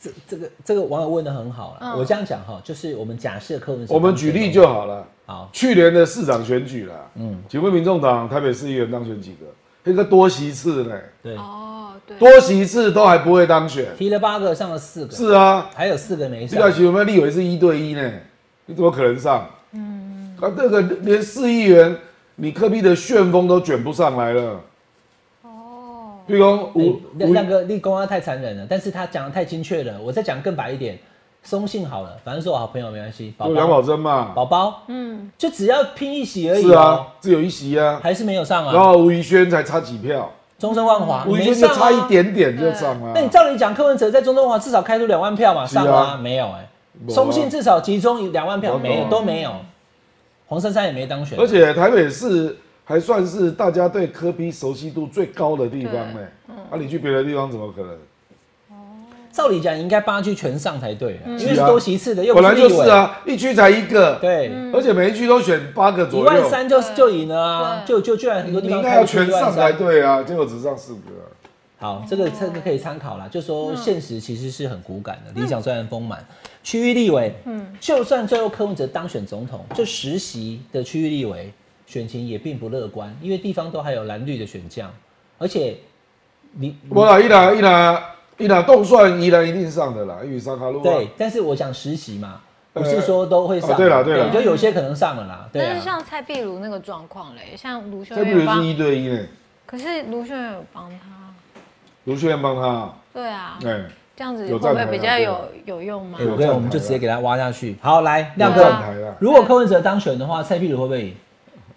Speaker 2: 这这个这个网友问的很好了，
Speaker 4: 嗯
Speaker 2: 我这样讲哈，就是我们假设柯文哲，
Speaker 3: 我们举例就好了。
Speaker 2: 好，
Speaker 3: 去年的市长选举啦，嗯，请问民众党台北市议员当选几个？那个多席次呢？
Speaker 2: 对，
Speaker 4: 哦，对，
Speaker 3: 多席次都还不会当选。
Speaker 2: 提了八个上了四个，
Speaker 3: 是啊，
Speaker 2: 还有四个没
Speaker 3: 徐小
Speaker 2: 上，
Speaker 3: 琪有没有立委是一对一呢？你怎么可能上？嗯，啊，这个连市议员你科比的旋风都卷不上来了。哦，譬如说
Speaker 2: 对
Speaker 3: 吴
Speaker 2: 亮
Speaker 3: 吴
Speaker 2: 亮哥立功他太残忍了，但是他讲的太精确了，我再讲更白一点，松信好了，反正是我好朋友没关系，宝
Speaker 3: 有杨宝
Speaker 2: 宝
Speaker 3: 珍嘛，
Speaker 2: 宝宝，嗯，就只要拼一席而已
Speaker 3: 是
Speaker 2: 哦
Speaker 3: 啊，，只有一席啊，
Speaker 2: 还是没有上
Speaker 3: 然
Speaker 2: 啊，
Speaker 3: 后吴怡轩才差几票，
Speaker 2: 终身万华
Speaker 3: 吴怡
Speaker 2: 没
Speaker 3: 轩就
Speaker 2: 上啊
Speaker 3: 差一，点点就上了
Speaker 2: 那。你照理讲柯文哲在中中华至少开出两万票嘛，
Speaker 3: 是啊
Speaker 2: 上吗？没有哎，
Speaker 3: 没有啊
Speaker 2: 松信至少集中两万票，
Speaker 3: 没有啊
Speaker 2: 没有都没有，黄珊珊也没当选，
Speaker 3: 而且台北市还算是大家对科比熟悉度最高的地方呢。啊，你去别的地方怎么可能？
Speaker 2: 照理讲应该八区全上才对啊，因为
Speaker 3: 是
Speaker 2: 是
Speaker 3: 啊
Speaker 2: 多席次的，又不
Speaker 3: 本来就
Speaker 2: 立委
Speaker 3: 是，啊，一区才一个，
Speaker 2: 对。
Speaker 3: 而且每一区都选八个
Speaker 2: 嗯一
Speaker 3: 左
Speaker 2: 万
Speaker 3: 右。
Speaker 2: 三就就赢了啊！
Speaker 4: 嗯对
Speaker 2: 就就居然很多
Speaker 3: 你
Speaker 2: 地方
Speaker 3: 应该
Speaker 2: 开
Speaker 3: 要
Speaker 2: 出去
Speaker 3: 全
Speaker 2: 一万
Speaker 3: 上
Speaker 2: 三
Speaker 3: 才对啊，结果只上四个啊、
Speaker 2: 嗯好，这个这个可以参考啦。就
Speaker 4: 嗯
Speaker 2: 说现实其实是很骨感的，理想虽然丰满，区域立委，嗯，就算最后柯文哲当选总统，这实习的区域立委选情也并不乐观，因为地方都还有蓝绿的选项，而且你
Speaker 3: 不啦，一拿一拿一拿动算宜兰一定上的啦，因为沙卡路啊
Speaker 2: 对，但是我讲实习嘛，不是
Speaker 3: 呃
Speaker 2: 说都会上，
Speaker 3: 哦对啦对啦
Speaker 2: 就有些可能上了啦，对
Speaker 4: 但
Speaker 2: 啊
Speaker 4: 是。像蔡壁如那个状况嘞，像卢秀
Speaker 3: 蔡壁
Speaker 4: 媛
Speaker 3: 如
Speaker 4: 有
Speaker 3: 是
Speaker 4: 帮，
Speaker 3: 一对一呢，
Speaker 4: 可是卢秀媛有帮他，
Speaker 3: 卢秀燕帮他，
Speaker 4: 对啊，
Speaker 3: 哎、
Speaker 4: 这样子
Speaker 3: 有
Speaker 4: 会不
Speaker 3: 站
Speaker 4: 会
Speaker 3: 台
Speaker 4: 比
Speaker 3: 啊
Speaker 4: 较
Speaker 3: 对
Speaker 4: 有有用吗
Speaker 2: 哎？我跟你讲我们就直接给他挖下去。好，来亮
Speaker 3: 有
Speaker 2: 哥
Speaker 3: 站，台啦，
Speaker 2: 如果柯文哲当选的话，蔡壁如会不会赢？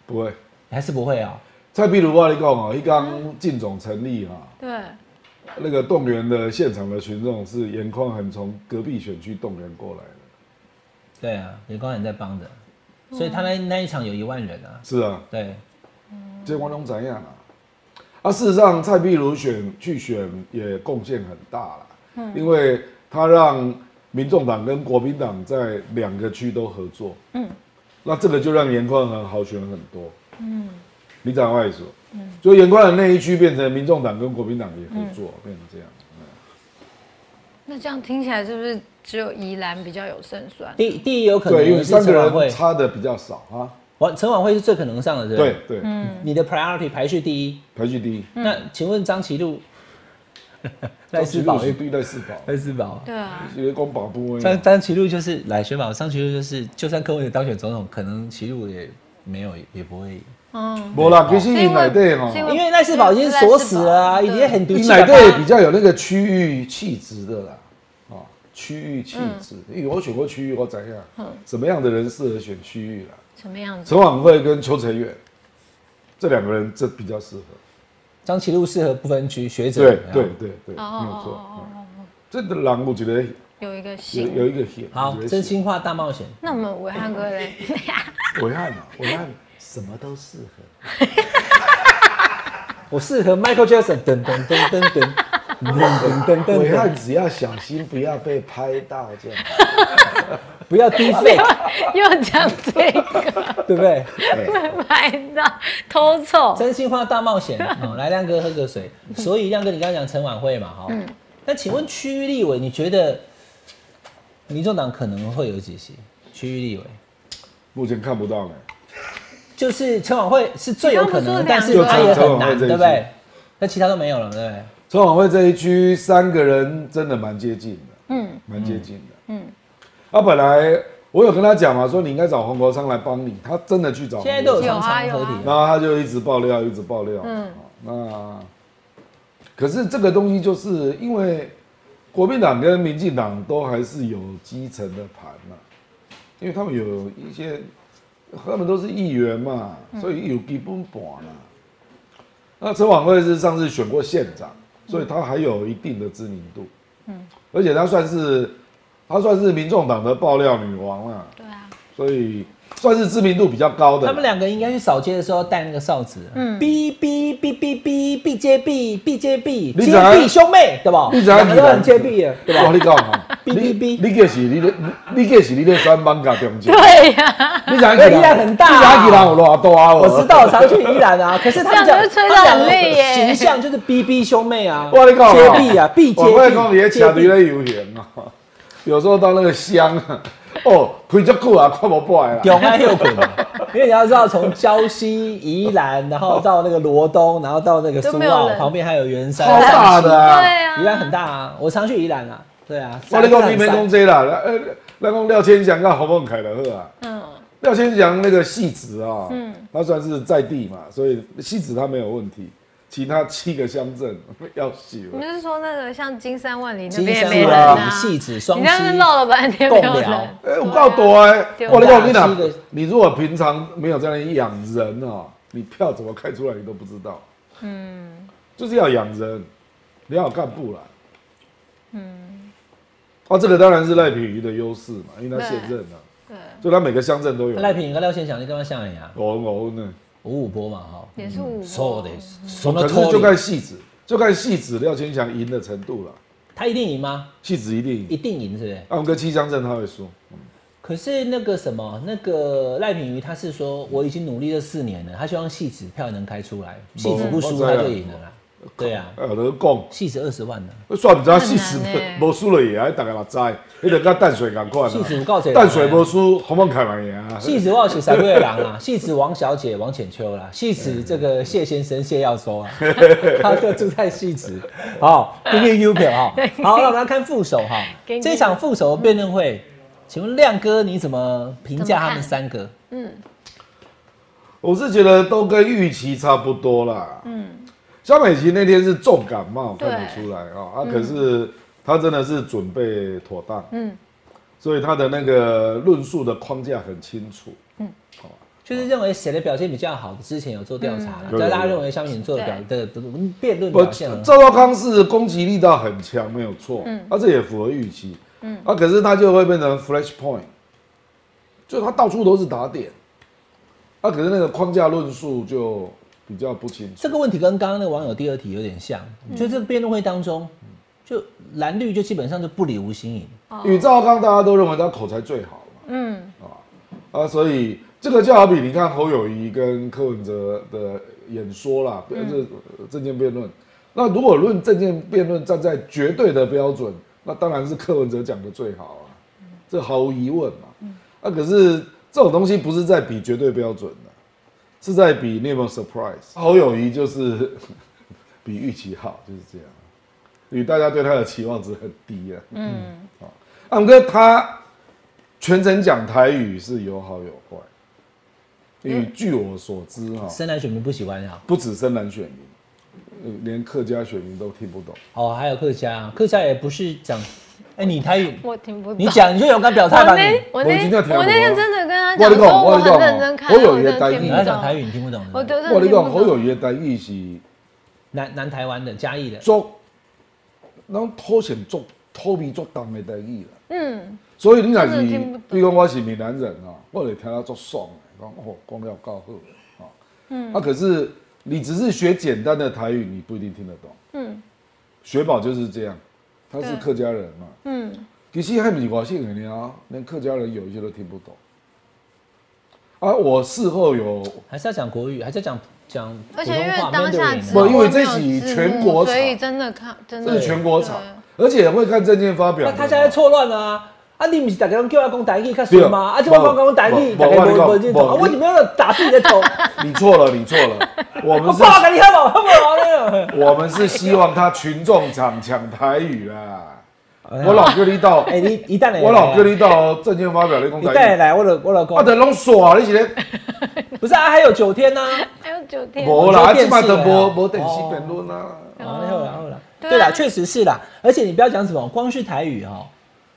Speaker 3: 不会。
Speaker 2: 还是不会啊、
Speaker 3: 蔡壁如我跟你讲哦、一刚进总成立啊，
Speaker 4: 对，
Speaker 3: 那个动员的现场的群众是眼眶很从隔壁选区动员过来的，
Speaker 2: 对啊，有高人在帮着，所以他那那一场有一万人啊。
Speaker 3: 是啊，
Speaker 2: 对，
Speaker 3: 这观众怎样啊？啊，事实上蔡壁如选去选也贡献很大了，因为他让民众党跟国民党在两个区都合作，嗯，那这个就让严宽很好选很多，嗯，你讲外说，嗯，就严宽的那一区变成民众党跟国民党也合作，变成这样，
Speaker 4: 那这样听起来是不是只有宜兰比较有胜算？
Speaker 2: 第第一有可能
Speaker 3: 对，因为
Speaker 2: 是
Speaker 3: 三个
Speaker 2: 陈晚
Speaker 3: 人
Speaker 2: 会，
Speaker 3: 差的比较少啊，
Speaker 2: 晚陈晚会是最可能上的，对不嗯
Speaker 3: 对？对，
Speaker 2: 你的 priority 排序第一。
Speaker 3: 排序第一，
Speaker 2: 那请问张齐禄、赖
Speaker 3: <laughs> 张
Speaker 2: 世
Speaker 3: 其
Speaker 2: 宝
Speaker 3: 禄、是对赖世
Speaker 2: <laughs>
Speaker 3: 宝，
Speaker 2: 赖世宝，
Speaker 4: 对啊，
Speaker 3: 因为光保部
Speaker 2: 张张齐禄就是来选宝，张齐禄就是，就算柯文哲当选总统，可能齐禄也没有，也不会赢，
Speaker 4: 嗯，
Speaker 3: 无啦，其实你内底吼
Speaker 4: 是。因
Speaker 2: 因为赖世宝已经锁死了啊，
Speaker 4: 对
Speaker 2: 已经很毒
Speaker 3: 你
Speaker 2: 气
Speaker 3: 奶
Speaker 2: 了。
Speaker 3: 队比较有那个区域气质的啦，啊、区域气
Speaker 4: 嗯
Speaker 3: 质，因为我选过区域，我怎样，什么样的人适合选区域啦？
Speaker 4: 什么样子？
Speaker 3: 陈婉慧跟邱成远这两个人，这比较适合。
Speaker 2: 张齐禄适合不分区学者，啊
Speaker 3: 对
Speaker 2: 有没有
Speaker 3: 对对对，没
Speaker 4: 哦
Speaker 3: 有
Speaker 4: 哦
Speaker 3: 错。嗯
Speaker 4: 哦哦，
Speaker 3: 这个人我觉得
Speaker 4: 有一个
Speaker 3: 有
Speaker 4: 信。
Speaker 3: 有一个险，
Speaker 2: 好，真心话大冒险，
Speaker 4: 那我们伟汉哥嘞， <laughs>
Speaker 3: 伟汉啊，伟汉什么都适合。
Speaker 2: 我适合 Michael Jackson，噔噔噔噔噔。
Speaker 3: 伟汉只要小心不要被拍到就
Speaker 4: <laughs>
Speaker 3: 好。
Speaker 2: 不要低费，
Speaker 4: 又讲这个，
Speaker 2: 对不对？
Speaker 4: <laughs> 被拍到偷凑，
Speaker 2: 真心话大冒险哦，来亮哥喝个水。所以亮哥，你刚刚讲陈晚会嘛，哈、嗯，那请问区域立委，你觉得民众党可能会有几席区域立委？
Speaker 3: 目前看不到呢，
Speaker 2: 就是陈晚会是最有可能的，
Speaker 4: 你刚
Speaker 2: 但
Speaker 4: 刚不
Speaker 2: 是
Speaker 4: 是说
Speaker 2: 他也很
Speaker 3: 两个
Speaker 2: 难，对
Speaker 3: 就陈婉慧这一席
Speaker 2: 不对？那其他都没有了，对不对？
Speaker 3: 中晚会这一区三个人真的蛮接近的，嗯，蛮接近的，嗯。啊，本来我有跟他讲嘛，说你应该找黄国昌来帮你，他真的去找黄国
Speaker 2: 现
Speaker 3: 昌。
Speaker 2: 在都有常
Speaker 4: 有啊
Speaker 2: 常
Speaker 4: 有
Speaker 2: 合
Speaker 4: 啊
Speaker 2: 体
Speaker 3: 然
Speaker 2: 了，
Speaker 3: 后他就一直爆料，一直爆料。嗯，那可是这个东西就是因为国民党跟民进党都还是有基层的盘嘛、因为他们有一些，他们都是议员嘛，
Speaker 4: 嗯
Speaker 3: 所以有基本盘啦、那陈婉慧是上次选过县长，
Speaker 4: 嗯
Speaker 3: 所以他还有一定的知名度。嗯，而且他算是他算是民众党的爆料女王啦、
Speaker 4: 对啊，
Speaker 3: 所以算是知名度比较高的啦。
Speaker 2: 他们两个应该去扫街的时候带那个哨子，嗯，哔哔哔哔哔哔接币币接币
Speaker 3: 你
Speaker 2: 接
Speaker 3: 怎样
Speaker 2: 币兄妹，对吧？
Speaker 3: 你怎样
Speaker 2: 哦两个都很接币的，对
Speaker 3: 我
Speaker 2: 吧？
Speaker 3: 跟你讲
Speaker 2: <laughs>
Speaker 3: 啊，
Speaker 2: 哔哔
Speaker 3: 你
Speaker 2: 哔
Speaker 3: 你计是你咧，你计是你咧选网咖中
Speaker 2: <laughs>
Speaker 3: 间，
Speaker 4: 对呀，
Speaker 3: 你想起
Speaker 2: 力
Speaker 3: 来
Speaker 2: 量很大啊
Speaker 3: 你想起来有偌大啊？
Speaker 2: 我知，道，常去宜兰
Speaker 4: <laughs>
Speaker 2: 啊，可是他们
Speaker 4: 这
Speaker 2: 讲
Speaker 4: 样就吹到
Speaker 2: 他们两
Speaker 4: 很
Speaker 2: 个
Speaker 4: 累耶
Speaker 2: 形象就是逼逼兄妹啊，
Speaker 3: 我跟你讲啊
Speaker 2: 接币啊，必接
Speaker 3: 我跟你讲，你
Speaker 2: 币，
Speaker 3: 咧车
Speaker 2: 接
Speaker 3: 队
Speaker 2: 币，
Speaker 3: 咧游泳啊，有时候到那个乡啊， <laughs> 哦，开足久啊，看无破啦。
Speaker 2: 有爱又滚啊，因为你要知道，从礁溪、宜兰，然后到那个罗东，然后到那个
Speaker 4: 都
Speaker 2: 苏
Speaker 4: 没有
Speaker 2: 澳
Speaker 4: 人
Speaker 2: 旁边还有圆山，
Speaker 3: 超大的啊！
Speaker 4: 对啊，
Speaker 2: 宜兰很大啊，我常去宜兰啊，对啊，
Speaker 3: 我跟你讲，
Speaker 2: 山
Speaker 3: 你没讲这啦，呃，咱讲廖千祥跟侯孟凯的好啊。
Speaker 4: 嗯，
Speaker 3: 廖千祥那个戏子啊，他算是在地嘛，所以戏子他没有问题，其他七个乡镇要死了
Speaker 4: 你。就是说那个像金山万里那
Speaker 2: 金
Speaker 4: 边也
Speaker 2: 山
Speaker 4: 没人
Speaker 2: 万
Speaker 4: 啊
Speaker 2: 里、，戏子、双
Speaker 4: 你
Speaker 2: 溪
Speaker 4: 这样子闹了半 <laughs> 天没有
Speaker 2: 共寮
Speaker 4: 人，
Speaker 3: 哎、我告多哎！
Speaker 4: 啊对啊
Speaker 3: 我跟你讲，我跟你
Speaker 2: 是一
Speaker 3: 讲
Speaker 2: 个，
Speaker 3: 你如果平常没有在那里养人哦，你票怎么开出来你都不知道。嗯，就是要养人，你要有干部啦。嗯，啊，这个当然是赖品妤的优势嘛，因为他现任啊，
Speaker 4: 对，
Speaker 3: 所以他每个乡镇都有哦
Speaker 2: 那。赖品跟廖先祥，你干嘛像你啊？
Speaker 3: 我我呢，
Speaker 2: 五五波嘛哈，
Speaker 4: 也是五
Speaker 2: 说的，什么
Speaker 3: 可是
Speaker 2: 脱
Speaker 3: 就
Speaker 2: 离
Speaker 3: 看戏子，就看戏子廖千祥赢的程度了。
Speaker 2: 他一定赢吗？
Speaker 3: 戏子一定赢
Speaker 2: 一，定赢，是不是？
Speaker 3: 啊，我们跟七乡镇他会输。
Speaker 2: 可是那个什么，那个赖品妤他是说我已经努力了四年了，他希望戏子票能开出来，戏子不输他就赢了啦。对啊，
Speaker 3: 呃，有人讲。
Speaker 2: 戏子二十 <laughs> 万呢，
Speaker 3: 算毋知四十
Speaker 4: 很难欸
Speaker 3: 无输了也，啊还大家嘛知，迄就甲淡水共款啊
Speaker 2: 戏子有够多人
Speaker 3: 淡水无输，洪孟凯嘛赢 <laughs> 啊。
Speaker 2: 戏子我有写三位郎啊， <laughs> 戏子王小姐王浅秋啦，戏子这个谢先生谢耀洲
Speaker 3: <laughs>
Speaker 2: 啊，他就住在戏子。好，今天 U 票
Speaker 4: <laughs>
Speaker 2: 哈，好，那我们来看副手哈
Speaker 4: 给，你
Speaker 2: 这场副手辩论会，请问亮哥你怎么评价他们三个？
Speaker 3: 我是觉得都跟预期差不多啦。嗯，肖美琪那天是重感冒，看得出来哦、啊，
Speaker 4: 嗯
Speaker 3: 可是她真的是准备妥当。嗯，所以她的那个论述的框架很清楚。
Speaker 2: 就是认为谁的表现比较好的，之前有做调查啦，
Speaker 3: 嗯
Speaker 2: 大家认为肖敏做的表的的辩论
Speaker 3: 不，
Speaker 2: 表现很好。
Speaker 3: 赵少康是攻击力道很强，没有错，嗯，啊，这也符合预期，嗯，啊，可是他就会变成 flash point，就他到处都是打点，啊，可是那个框架论述就比较不清楚
Speaker 2: 这，个问题跟刚刚那个网友第二题有点像，
Speaker 4: 嗯
Speaker 2: 就这个辩论会当中，就蓝绿就基本上就不理吴新颖，
Speaker 3: 与赵少康大家都认为他口才最好嘛，哦嗯，啊，啊，所以这个就好比你看侯友谊跟柯文哲的演说啦，这政见辩论，那如果论政见辩论站在绝对的标准，那当然是柯文哲讲的最好啊。这毫无疑问嘛。啊，可是这种东西不是在比绝对标准的、是在比你有没有 surprise。侯友谊就是 <laughs> 比预期好，就是这样，与大家对他的期望值很低啊。嗯，啊，安哥他全程讲台语是有好有坏，与据我所知啊哈、
Speaker 2: 深蓝选民不喜欢啊。
Speaker 3: 不止深蓝选民，呃连客家选民都听不懂。
Speaker 2: 哦，还有客家，客家也不是讲，哎，你台语，
Speaker 4: 我听不懂。
Speaker 2: 你讲你就勇敢表
Speaker 4: 我
Speaker 2: 态吧
Speaker 4: 那
Speaker 2: 你。
Speaker 4: 我
Speaker 3: 我今
Speaker 4: 那
Speaker 3: 天听不懂
Speaker 4: 我那天真的跟他
Speaker 3: 我
Speaker 4: 讲
Speaker 3: 跟你讲
Speaker 4: 说
Speaker 3: 我
Speaker 4: 我
Speaker 3: 跟你
Speaker 4: 很
Speaker 3: 讲
Speaker 4: 认真看，
Speaker 3: 我有
Speaker 4: 我
Speaker 3: 一个
Speaker 4: 真的
Speaker 3: 担
Speaker 2: 你
Speaker 4: 听
Speaker 3: 心
Speaker 2: 要
Speaker 4: 不
Speaker 2: 讲台
Speaker 4: 懂，
Speaker 2: 语，你听不懂的。
Speaker 4: 我就
Speaker 3: 我跟
Speaker 4: 真的
Speaker 3: 你
Speaker 4: 听
Speaker 3: 讲，
Speaker 4: 不
Speaker 3: 侯友
Speaker 4: 懂。
Speaker 3: 谊的台语是。
Speaker 2: 南南台湾的嘉义的，
Speaker 3: 足，咱土性足土味足重的台语啦。嗯，所以你若是，
Speaker 4: 真的听不懂
Speaker 3: 比如讲我是闽南人哦，我就听到足爽的，讲哦，讲了够好哦。嗯，啊，可是你只是学简单的台语，你不一定听得懂。嗯，雪宝就是这样，他是客家人嘛，
Speaker 4: 嗯，
Speaker 3: 其实还米外姓人啊，连客家人有一些都听不懂。啊，我事后有，
Speaker 4: 嗯
Speaker 2: 还是要讲国语，还是要讲讲普
Speaker 4: 而且因
Speaker 2: 通
Speaker 4: 为
Speaker 2: 话
Speaker 4: 当下
Speaker 2: Mandarin
Speaker 4: 直
Speaker 2: 啊
Speaker 4: 播
Speaker 3: 不因为这
Speaker 4: 没有
Speaker 3: 集
Speaker 4: 字
Speaker 3: 全
Speaker 4: 幕
Speaker 3: 国
Speaker 4: 所
Speaker 3: 场
Speaker 4: 以真的看真
Speaker 3: 这
Speaker 4: 的
Speaker 3: 是全国场
Speaker 4: 对，啊
Speaker 3: 而且会看证件发表
Speaker 2: 那
Speaker 3: 的嘛。
Speaker 2: 他现在错乱了啊！啊，你不是大家拢叫我讲台语较顺吗？啊，
Speaker 3: 对
Speaker 2: 就我讲讲台语，
Speaker 3: 不
Speaker 2: 大家
Speaker 3: 不
Speaker 2: 无
Speaker 3: 我
Speaker 2: 无
Speaker 3: 跟你
Speaker 2: 认
Speaker 3: 讲
Speaker 2: 同。啊，
Speaker 3: 不
Speaker 2: 为什么要打自己的头？
Speaker 3: <laughs> 你错了，你错了，我
Speaker 2: 我
Speaker 3: 们是
Speaker 2: 爸跟你喝饱，喝饱了。
Speaker 3: <laughs> 我们是希望他群众场抢台语啦。我老哥你到，
Speaker 2: 哎，你一旦来，
Speaker 3: 我老哥你到证件发表的公
Speaker 2: 一旦来
Speaker 3: 台语，
Speaker 2: 来，我老我老
Speaker 3: 我
Speaker 2: 公
Speaker 3: 得拢耍你是咧，
Speaker 2: 不是啊，还有九天呢。
Speaker 4: 还有哎九天，
Speaker 3: 无
Speaker 2: 有
Speaker 3: 啦，
Speaker 2: 哎电视
Speaker 3: 即摆都
Speaker 2: 了
Speaker 3: 无
Speaker 2: 呀
Speaker 3: 无电视
Speaker 2: 哦
Speaker 3: 评论啊啦。
Speaker 2: 哦，那后来后来，
Speaker 4: 对啊
Speaker 2: 对啦，确实是啦。而且你不要讲什么，光是台语哦，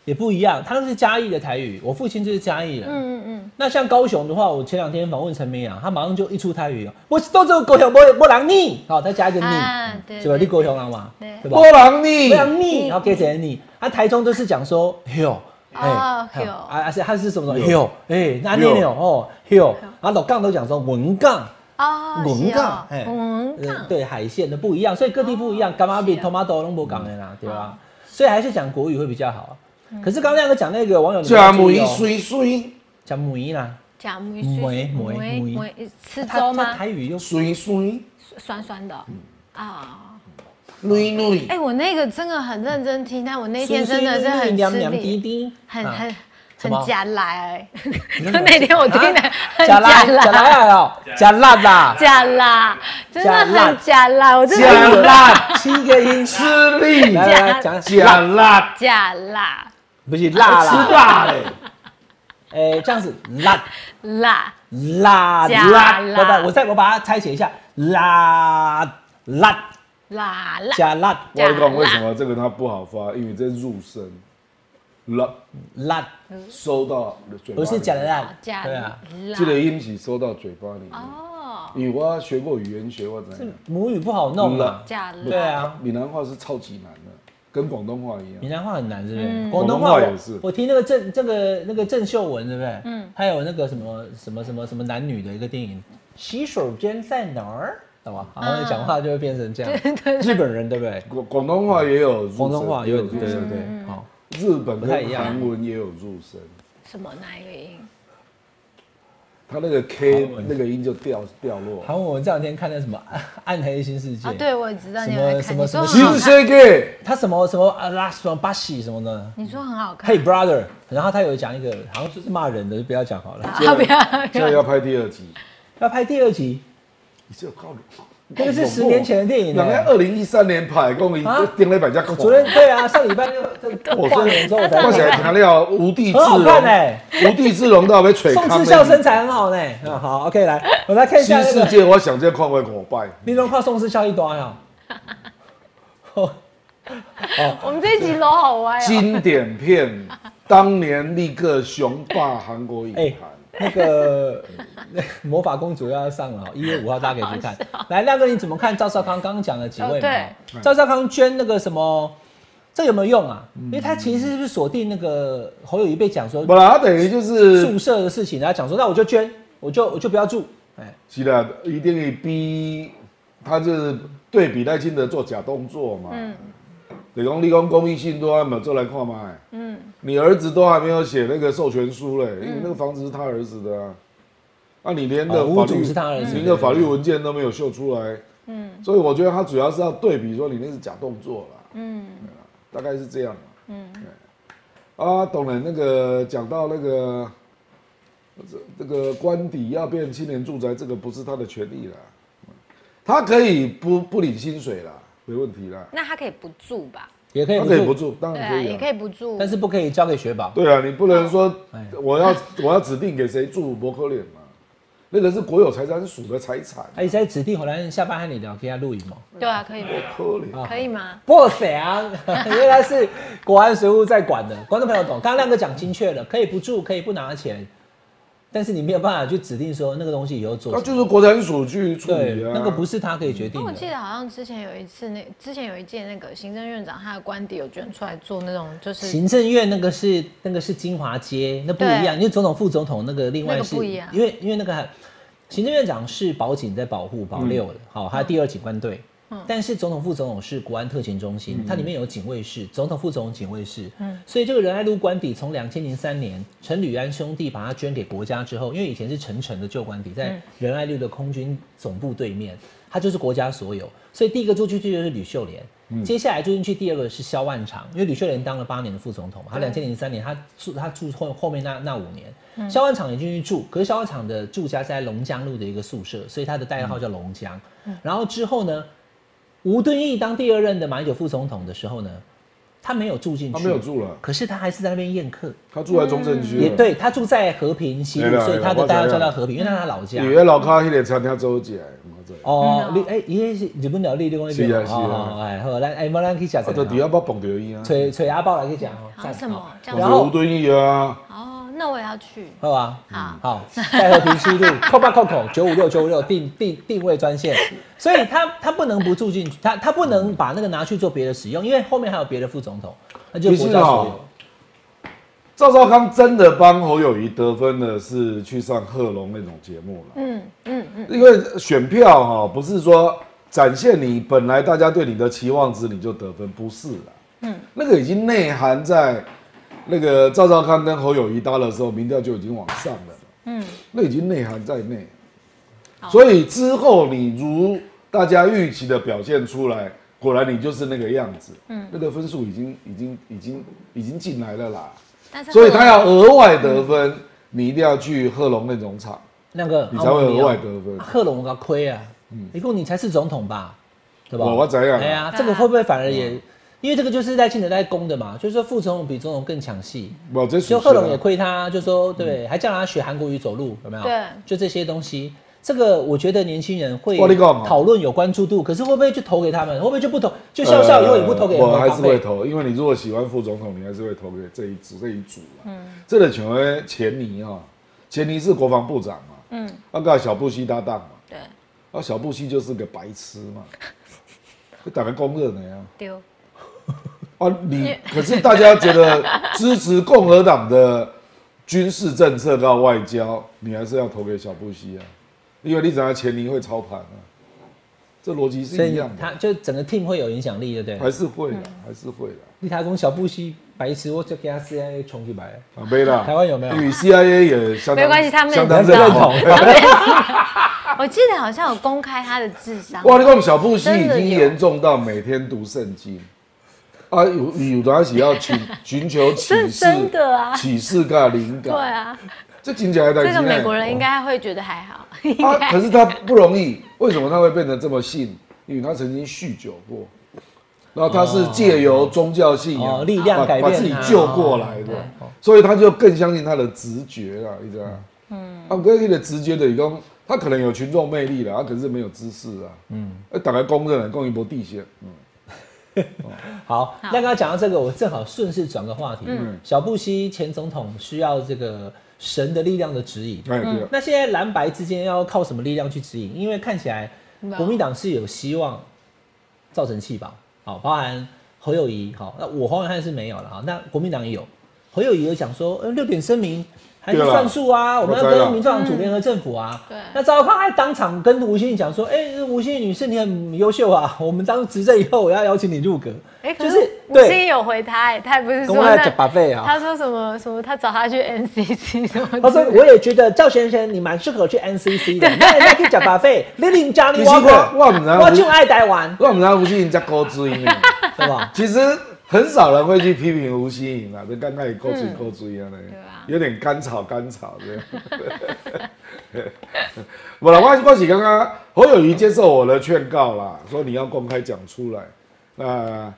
Speaker 2: 也不一样。他那是嘉义的台语，我父亲就是嘉义人。
Speaker 4: 嗯嗯嗯，
Speaker 2: 那像高雄的话，我前两天访问陈明阳，他马上就一出台语哦，我都只有高雄波波人你，好、再加一个你，
Speaker 4: 啊对
Speaker 2: 是吧？
Speaker 4: 对
Speaker 2: 你高雄人嘛，
Speaker 4: 对
Speaker 2: 对吧？
Speaker 3: 波浪你
Speaker 2: 波，人你，然后给谁你？啊，台中都是讲说哟，
Speaker 4: 哦
Speaker 2: 嘿
Speaker 4: 哟
Speaker 2: 啊，而且他是什么
Speaker 3: 哟
Speaker 2: 哟？哎，那你呢？哦哟，啊，老杠都讲说文杠。
Speaker 4: 哦，
Speaker 2: 文
Speaker 4: 杠
Speaker 2: 杠，，嘿
Speaker 4: 文
Speaker 2: 呃
Speaker 4: 杠，
Speaker 2: 对海鲜的不一样，所以各地不一样，干嘛比
Speaker 4: 是啊
Speaker 2: tomato 拢不港的啦，对吧？所以还是讲国语会比较好。
Speaker 4: 嗯
Speaker 2: 可是刚刚亮哥讲那个网友，你们要
Speaker 3: 加
Speaker 2: 注
Speaker 3: 啊母
Speaker 2: 意
Speaker 3: 一
Speaker 2: 哦
Speaker 3: 水水
Speaker 2: 讲母语啦，
Speaker 4: 甲梅
Speaker 2: 梅梅梅
Speaker 4: 梅，吃
Speaker 2: 他
Speaker 4: 粥
Speaker 2: 他嗯
Speaker 4: 吗？
Speaker 2: 台语又
Speaker 3: 水水
Speaker 4: 酸酸的哦啊。
Speaker 3: 蕊蕊，
Speaker 4: 哎，我那个真的很认真听，但我那天真的是很
Speaker 2: 娘
Speaker 4: 吃
Speaker 2: 娘滴
Speaker 4: 力，
Speaker 2: 滴，
Speaker 4: 很
Speaker 2: 啊
Speaker 4: 很
Speaker 2: 什么
Speaker 4: 很夹来。
Speaker 2: <laughs> 你
Speaker 4: 那天我听的很
Speaker 2: 加
Speaker 4: 夹
Speaker 2: 辣加
Speaker 4: 来，
Speaker 2: 辣哦，加辣啊啦，
Speaker 4: 夹啦，真的很夹啦，我真
Speaker 3: 加
Speaker 4: 的
Speaker 3: 辣
Speaker 2: 七个
Speaker 4: <laughs>
Speaker 2: 音，
Speaker 3: 吃力，
Speaker 2: 来来来讲
Speaker 3: 加辣，哦
Speaker 4: 夹啦
Speaker 2: 不是辣
Speaker 3: 吃
Speaker 2: 啦，
Speaker 3: 辣
Speaker 2: <laughs>
Speaker 3: 嘞，
Speaker 2: 哎，这样子辣
Speaker 4: 啦
Speaker 2: 辣
Speaker 4: 加
Speaker 2: 啊辣，
Speaker 4: 辣
Speaker 2: 拜拜，我再我把它拆解一下，辣辣
Speaker 4: 啦啦
Speaker 2: 加辣
Speaker 3: 我跟你讲为什么这个它不好发，因为这入声，辣
Speaker 2: 辣。
Speaker 3: 收到嘴巴，
Speaker 2: 不是假的，啦，
Speaker 4: 夹
Speaker 2: 对
Speaker 4: 啦
Speaker 2: 啊，，
Speaker 3: 这个音是收到嘴巴里面。
Speaker 4: 哦
Speaker 3: 因为我学过语言学，我怎样？
Speaker 2: 母语不好弄啊，
Speaker 4: 夹啦，
Speaker 2: 对啊，
Speaker 3: 闽南话是超级难的，跟广东话一
Speaker 2: 闽
Speaker 3: 样。
Speaker 2: 南话很难，是不是？
Speaker 4: 嗯
Speaker 2: 广东话
Speaker 3: 广
Speaker 2: 我
Speaker 3: 东话也是
Speaker 2: 我听那个郑这个那个郑秀文，对不对？嗯
Speaker 4: 嗯，
Speaker 2: 还有那个什么什么什么什么男女的一个电影，洗手间在哪儿？懂吗？
Speaker 4: 啊
Speaker 2: 然后讲话就会变成这
Speaker 4: <laughs>
Speaker 2: 样，日本人对不对？
Speaker 3: 广广东话也有入声，
Speaker 2: 广东话有对
Speaker 3: 入
Speaker 2: 对
Speaker 3: 声。
Speaker 4: 嗯
Speaker 2: 对，好，
Speaker 3: 日本
Speaker 2: 不太
Speaker 3: 跟
Speaker 2: 一样
Speaker 3: 韩文也有入声，
Speaker 4: 什么哪一个音？
Speaker 3: 它那个 K
Speaker 2: 韩文
Speaker 3: 那个音就掉掉落。
Speaker 2: 韩文我这两天看那什么《暗黑新世界
Speaker 4: 啊，》，对，我知道
Speaker 2: 什
Speaker 4: 你
Speaker 2: 么
Speaker 4: 有在看，
Speaker 2: 什么
Speaker 4: 你说
Speaker 2: 什
Speaker 4: 很
Speaker 2: 么
Speaker 4: 好
Speaker 3: 新
Speaker 4: 看，
Speaker 3: 世界，
Speaker 2: 他什么什么啊拉什么巴西什么的
Speaker 4: 你说很好看
Speaker 2: ，Hey，brother，然后他有讲一个好像就是骂人的，就不要讲好了。
Speaker 4: 啊不要不
Speaker 3: 现在
Speaker 4: 要，
Speaker 3: 要拍第二集，
Speaker 2: 要拍第二集，
Speaker 3: 你这有高哎冷。
Speaker 2: 那个是十年前的电影呢
Speaker 3: 人家二零一三年拍，讲伊
Speaker 2: 啊
Speaker 3: 顶了百家。
Speaker 2: 我昨天对啊，上礼拜六
Speaker 3: <laughs> 我
Speaker 2: 跨年之后我才
Speaker 3: 我起来谈了无地自
Speaker 2: 很好
Speaker 3: 容
Speaker 2: 看，哎、
Speaker 3: 无地自容到被吹
Speaker 2: 宋
Speaker 3: 康
Speaker 2: 智孝身材很好呢、嗯，好，OK，来，我来看一下
Speaker 3: 新
Speaker 2: 那
Speaker 3: 世
Speaker 2: 个，
Speaker 3: 界，我想这看为五拜。
Speaker 2: 你都跨宋智孝一端呀、哦，
Speaker 4: 我们这一集楼好
Speaker 2: 啊
Speaker 4: 歪哦，
Speaker 3: 经典
Speaker 2: <laughs>
Speaker 3: 片，当年力克雄霸韩国影
Speaker 2: 哎
Speaker 3: 坛。
Speaker 2: 那个那魔法公主要上了哦，一月五号大家可以去看。来，亮哥你怎么看赵少康刚刚讲了几位
Speaker 4: 哦
Speaker 2: 嘛？
Speaker 4: 对
Speaker 2: 哦赵少康捐那个什么，这有没有用啊？因为他其实是不是锁定那个侯友谊被讲说
Speaker 3: 本来他等于就
Speaker 2: 宿
Speaker 3: 是，
Speaker 2: 舍的事情，然后讲说那我就捐，我就我就不要住，哎、
Speaker 3: 是的，一定会逼，他是对比赖清德做假动作嘛。嗯。李工、立功公益性都还没有做来看嘛。嗯。你儿子都还没有写那个授权书嘞，因为那个房子是他儿子的啊。啊，你连
Speaker 2: 哦
Speaker 3: 的
Speaker 2: 屋
Speaker 3: 法
Speaker 2: 主
Speaker 3: 律
Speaker 2: 是他儿子
Speaker 3: 连个法律文件都没有秀出来。嗯。所以我觉得他主要是要对比说你那是假动作啦。
Speaker 4: 嗯
Speaker 3: 大概是这样嘛。
Speaker 4: 嗯，
Speaker 3: 啊，懂了。那个讲到那个这这个官邸要变青年住宅，这个不是他的权利啦，他可以不不领薪水啦，没问题啦，
Speaker 4: 那他可以不住吧？
Speaker 2: 也哎可以
Speaker 3: 他
Speaker 2: 不
Speaker 3: 可以
Speaker 2: 住
Speaker 3: 不住，当
Speaker 4: 对
Speaker 3: 然
Speaker 4: 啊，
Speaker 3: 可以、
Speaker 4: 也
Speaker 3: 啊。
Speaker 4: 可以不住，
Speaker 2: 但是不可以交给雪宝。
Speaker 3: 对啊，你不能说
Speaker 2: 哎
Speaker 3: 我要我要指定给谁住，不可脸嘛，那个是国有财产署的财产，
Speaker 2: 而且在指定荷兰人下班和你聊，给他录影嘛。
Speaker 4: 对啊，可以吗？
Speaker 3: 可怜。
Speaker 4: 可以吗？
Speaker 2: 不行， <laughs> 因为他是国安随务在管的。观众朋友懂，刚刚亮哥讲精确了，可以不住，可以不拿钱，但是你没有办法去指定说那个东西以后做
Speaker 3: 那
Speaker 2: 什么。
Speaker 3: 就是国产署去处
Speaker 2: 对
Speaker 3: 理啊，，
Speaker 2: 那个不是他可以决定
Speaker 4: 那我记
Speaker 2: 的。
Speaker 4: 得好像之前有一次那，之前有一届那个行政院长他的官邸有捐出来做那种就是
Speaker 2: 行政院那个是那个是金华街，那不一样，
Speaker 4: 对
Speaker 2: 因为总统副总统那个另外
Speaker 4: 那个
Speaker 2: 是，
Speaker 4: 不一样嗯
Speaker 2: 因为因为那个还行政院长是保警在保护保六的，好、他第二警官队，但是总统副总统是国安特勤中心，它里面有警卫室，总统副总统警卫室。
Speaker 4: 嗯
Speaker 2: 所以这个仁爱路官邸从两千零三年陈履安兄弟把它捐给国家之后，因为以前是陈诚的旧官邸，
Speaker 4: 嗯
Speaker 2: 在仁爱路的空军总部对面，它就是国家所有。所以第一个住进去就是吕秀莲，
Speaker 3: 嗯
Speaker 2: 接下来住进去第二个是萧万长，因为吕秀莲当了八年的副总统嘛，他两千零三年他住他住后后面那那五年，萧万长也进去住，可是萧万长的住家是在龙江路的一个宿舍，所以他的代
Speaker 3: 嗯
Speaker 2: 号叫龙江。然后之后呢？吴敦义当第二任的马英九副总统的时候呢，他没有住进去，
Speaker 3: 他没有住了，
Speaker 2: 可是他还是在那边宴客。
Speaker 3: 他住在中正区了，啊
Speaker 2: 也对他住在和平西
Speaker 3: 对
Speaker 2: 路，
Speaker 3: 啦
Speaker 2: 所以他的
Speaker 3: 对啦
Speaker 2: 代号
Speaker 3: 我知
Speaker 2: 叫
Speaker 3: 道嗯
Speaker 2: 到和平，因为那是他老家。
Speaker 3: 你的老卡迄个餐厅走起来，我知道
Speaker 2: 哦
Speaker 4: 嗯，
Speaker 2: 你哎，伊迄是日本料理，你讲那边
Speaker 3: 是啊
Speaker 2: 哦
Speaker 3: 是啊
Speaker 2: 哦哎，好，咱哎，莫咱去食
Speaker 3: 啊，就底
Speaker 2: 一
Speaker 3: 下
Speaker 2: 下，
Speaker 3: 捌碰到伊啊，
Speaker 2: 找找阿豹来去讲哦
Speaker 4: 啊
Speaker 2: 赞
Speaker 4: 什么
Speaker 2: 好
Speaker 4: 这样
Speaker 3: 我
Speaker 2: 然
Speaker 4: 子
Speaker 3: 是吴
Speaker 2: 后
Speaker 3: 敦义啊，
Speaker 4: 哦，那我也要去。
Speaker 2: 好吧，
Speaker 4: 好，
Speaker 2: 好，在和平西
Speaker 4: <laughs>
Speaker 2: 路扣八扣扣九五六九五六定定定位专线，所以他他不能不住进去，他他不能把那个拿去做别的使用，因为后面还有别的副总统，那就
Speaker 3: 不
Speaker 2: 国
Speaker 3: 是
Speaker 2: 家所
Speaker 3: 哦
Speaker 2: 有。
Speaker 3: 赵少康真的帮侯友谊得分的是去上贺龙那种节目了，
Speaker 4: 嗯嗯嗯，
Speaker 3: 因为选票哈、不是说展现你本来大家对你的期望值你就得分，不是啦，嗯，那个已经内涵在那个赵少康跟侯友谊搭的时候，民调就已经往上了，嗯，那已经内涵在内，所以之后你如大家预期的表现出来，果然你就是那个样子，嗯，那个分数已经已经已经已经进来了啦。
Speaker 4: 但是
Speaker 3: 所以他要额外得分，你一定要去贺龙那种场，
Speaker 2: 那个
Speaker 3: 你才会额外得分嗯
Speaker 2: 啊贺龙个亏啊，一共你才是总统吧，对吧？
Speaker 3: 我我怎样啊
Speaker 2: 哎呀，这个会不会反而也，
Speaker 4: 嗯
Speaker 2: 因为这个就是赖清德在攻的嘛，就是说副总统比总统更抢戏，
Speaker 3: 我这
Speaker 2: 就
Speaker 3: 属
Speaker 2: 贺
Speaker 3: 实
Speaker 2: 龙也
Speaker 3: 啊。
Speaker 2: 亏他，就说对，还叫他学韩国语走路，有没有？
Speaker 4: 对
Speaker 2: 就这些东西。这个我觉得年轻人会
Speaker 3: 我跟你讲哦
Speaker 2: 讨论有关注度，可是会不会就投给他们？会不会就不投？就笑笑以后也不投给
Speaker 3: 呃
Speaker 2: 我
Speaker 3: 我
Speaker 2: 们
Speaker 3: 还是会
Speaker 2: 投。
Speaker 3: 投，因为你如果喜欢副总统，你还是会投给这一组这一组啊。这个请问钱尼啊，钱尼是国防部长嘛，嗯，啊跟小布希搭档嘛，
Speaker 4: 对
Speaker 3: 啊小布希就是个白痴嘛， <laughs> 就打个公认的呀。
Speaker 4: 丢，
Speaker 3: 啊，你可是大家觉得支持共和党的军事政策到外交，你还是要投给小布希啊，因为你只要钱尼会操盘啊，这逻辑
Speaker 2: 所
Speaker 3: 是一
Speaker 2: 以
Speaker 3: 样的，
Speaker 2: 他就整个 team 会有影响力，对不对？
Speaker 3: 还是会的，还是会的。
Speaker 2: 立台公小布希白痴，我就给他 CIA 冲起来。
Speaker 3: 啊，没啦，
Speaker 2: 台湾有没有
Speaker 3: 因为 CIA 也相当
Speaker 4: 没关系他们
Speaker 3: 相当
Speaker 2: 知道
Speaker 3: 认同。
Speaker 4: 我记得好像有公开他的智商。
Speaker 3: 哇，你看小布希已
Speaker 4: 真的有
Speaker 3: 经严重到每天读圣经。啊，有有的是要寻寻求启
Speaker 4: 这
Speaker 3: 示，
Speaker 4: 真的啊
Speaker 3: 启示跟灵
Speaker 4: 对
Speaker 3: 感，
Speaker 4: 啊，
Speaker 3: 这听起来
Speaker 4: 这个美国
Speaker 3: 人。
Speaker 4: 人应该会觉得还好，应
Speaker 3: 啊，
Speaker 4: 该
Speaker 3: 可是他不容易，为什么他会变得这么信？因为他曾经酗酒过，然后他是借由宗教信仰、
Speaker 2: 哦力量
Speaker 3: 把
Speaker 2: 改
Speaker 3: 把
Speaker 2: 变
Speaker 3: 自己
Speaker 2: 他哦
Speaker 3: 救过来的，所以他就更相信他的直觉了，你知道吗？嗯，啊，跟你的直觉的，你讲他可能有群众魅力了，他可是没有知识啊，嗯，大概公认了，共一波地线，嗯，
Speaker 2: 好，那刚刚讲到这个，我正好顺势转个话题。小布希前总统需要这个神的力量的指引，
Speaker 3: 哎
Speaker 4: 嗯
Speaker 3: 对啊，
Speaker 2: 那现在蓝白之间要靠什么力量去指引？因为看起来
Speaker 4: 没有
Speaker 2: 国民党是有希望造成弃保，好，包含侯友谊，好，那我黄伟汉是没有了，好，那国民党也有，侯友谊有讲说，呃，六点声明还是
Speaker 3: 对啦
Speaker 2: 算数啊，我们要
Speaker 3: 我知道
Speaker 2: 跟民众党组联合政府啊。
Speaker 4: 对
Speaker 2: 那赵少康还当场跟吴欣怡讲说，哎、吴欣怡女士你很优秀啊，我们当执政以后我要邀请你入阁，
Speaker 4: 哎，可
Speaker 2: 就是是
Speaker 4: 吴
Speaker 2: 对，
Speaker 4: 昕有回他，哎，他也不是
Speaker 2: 跟
Speaker 4: 说
Speaker 2: 我要讲
Speaker 4: 那
Speaker 2: 把费啊。
Speaker 4: 他说什么什么，他找他去 NCC 什么之类的，
Speaker 2: 他说：“ <laughs> 我也觉得赵先生你蛮适合去 NCC 的，那人家可以讲把 <laughs> 费，你领家你
Speaker 3: 其实
Speaker 2: 我
Speaker 3: 我
Speaker 2: 我
Speaker 3: 我唔知道
Speaker 2: 我就爱台 <laughs> 湾，
Speaker 3: 我们家吴欣颖在高追呢，
Speaker 2: 对吧？
Speaker 3: 其实很少人会去批评吴欣颖啊，这刚开始高追高追啊，对
Speaker 4: 啊
Speaker 3: 有点干草干草这样。 <laughs> 我啦，我我是刚刚侯友谊接受我的劝告啦，说你要公开讲出来。那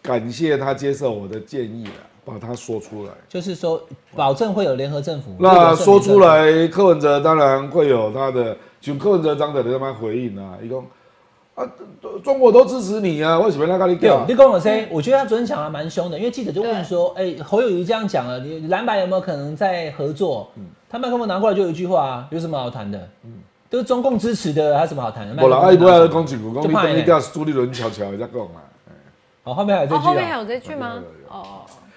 Speaker 3: 感谢他接受我的建议啦，把它说出来。
Speaker 2: 就是说保证会有联合政府。
Speaker 3: 那说出，来，柯文哲当然会有他的，就柯文哲张德的他妈回应啊，一共啊，都中国都支持你啊，为什么要跟你
Speaker 2: 对
Speaker 3: 讲，？
Speaker 2: 你跟我说，哎我觉得他昨天讲的蛮凶的，因为记者就问说，哎，侯友谊这样讲了，你蓝白有没有可能再合作？他麦克风拿过来就有一句话啊，有什么好谈的？都是中共支持的，还有什么好谈的？
Speaker 3: 我啦，啊
Speaker 2: 麦克
Speaker 3: 爱不
Speaker 2: 风拿过来
Speaker 3: 爱讲一句，讲
Speaker 2: 就
Speaker 3: 你
Speaker 2: 怕
Speaker 3: 等你
Speaker 2: 你
Speaker 3: 跟朱立伦悄悄在讲啦。
Speaker 2: 好，后面还有这
Speaker 4: 哦，
Speaker 2: 句
Speaker 4: 后面
Speaker 2: 啊，
Speaker 4: 有这句吗
Speaker 3: 有有有？
Speaker 4: 哦，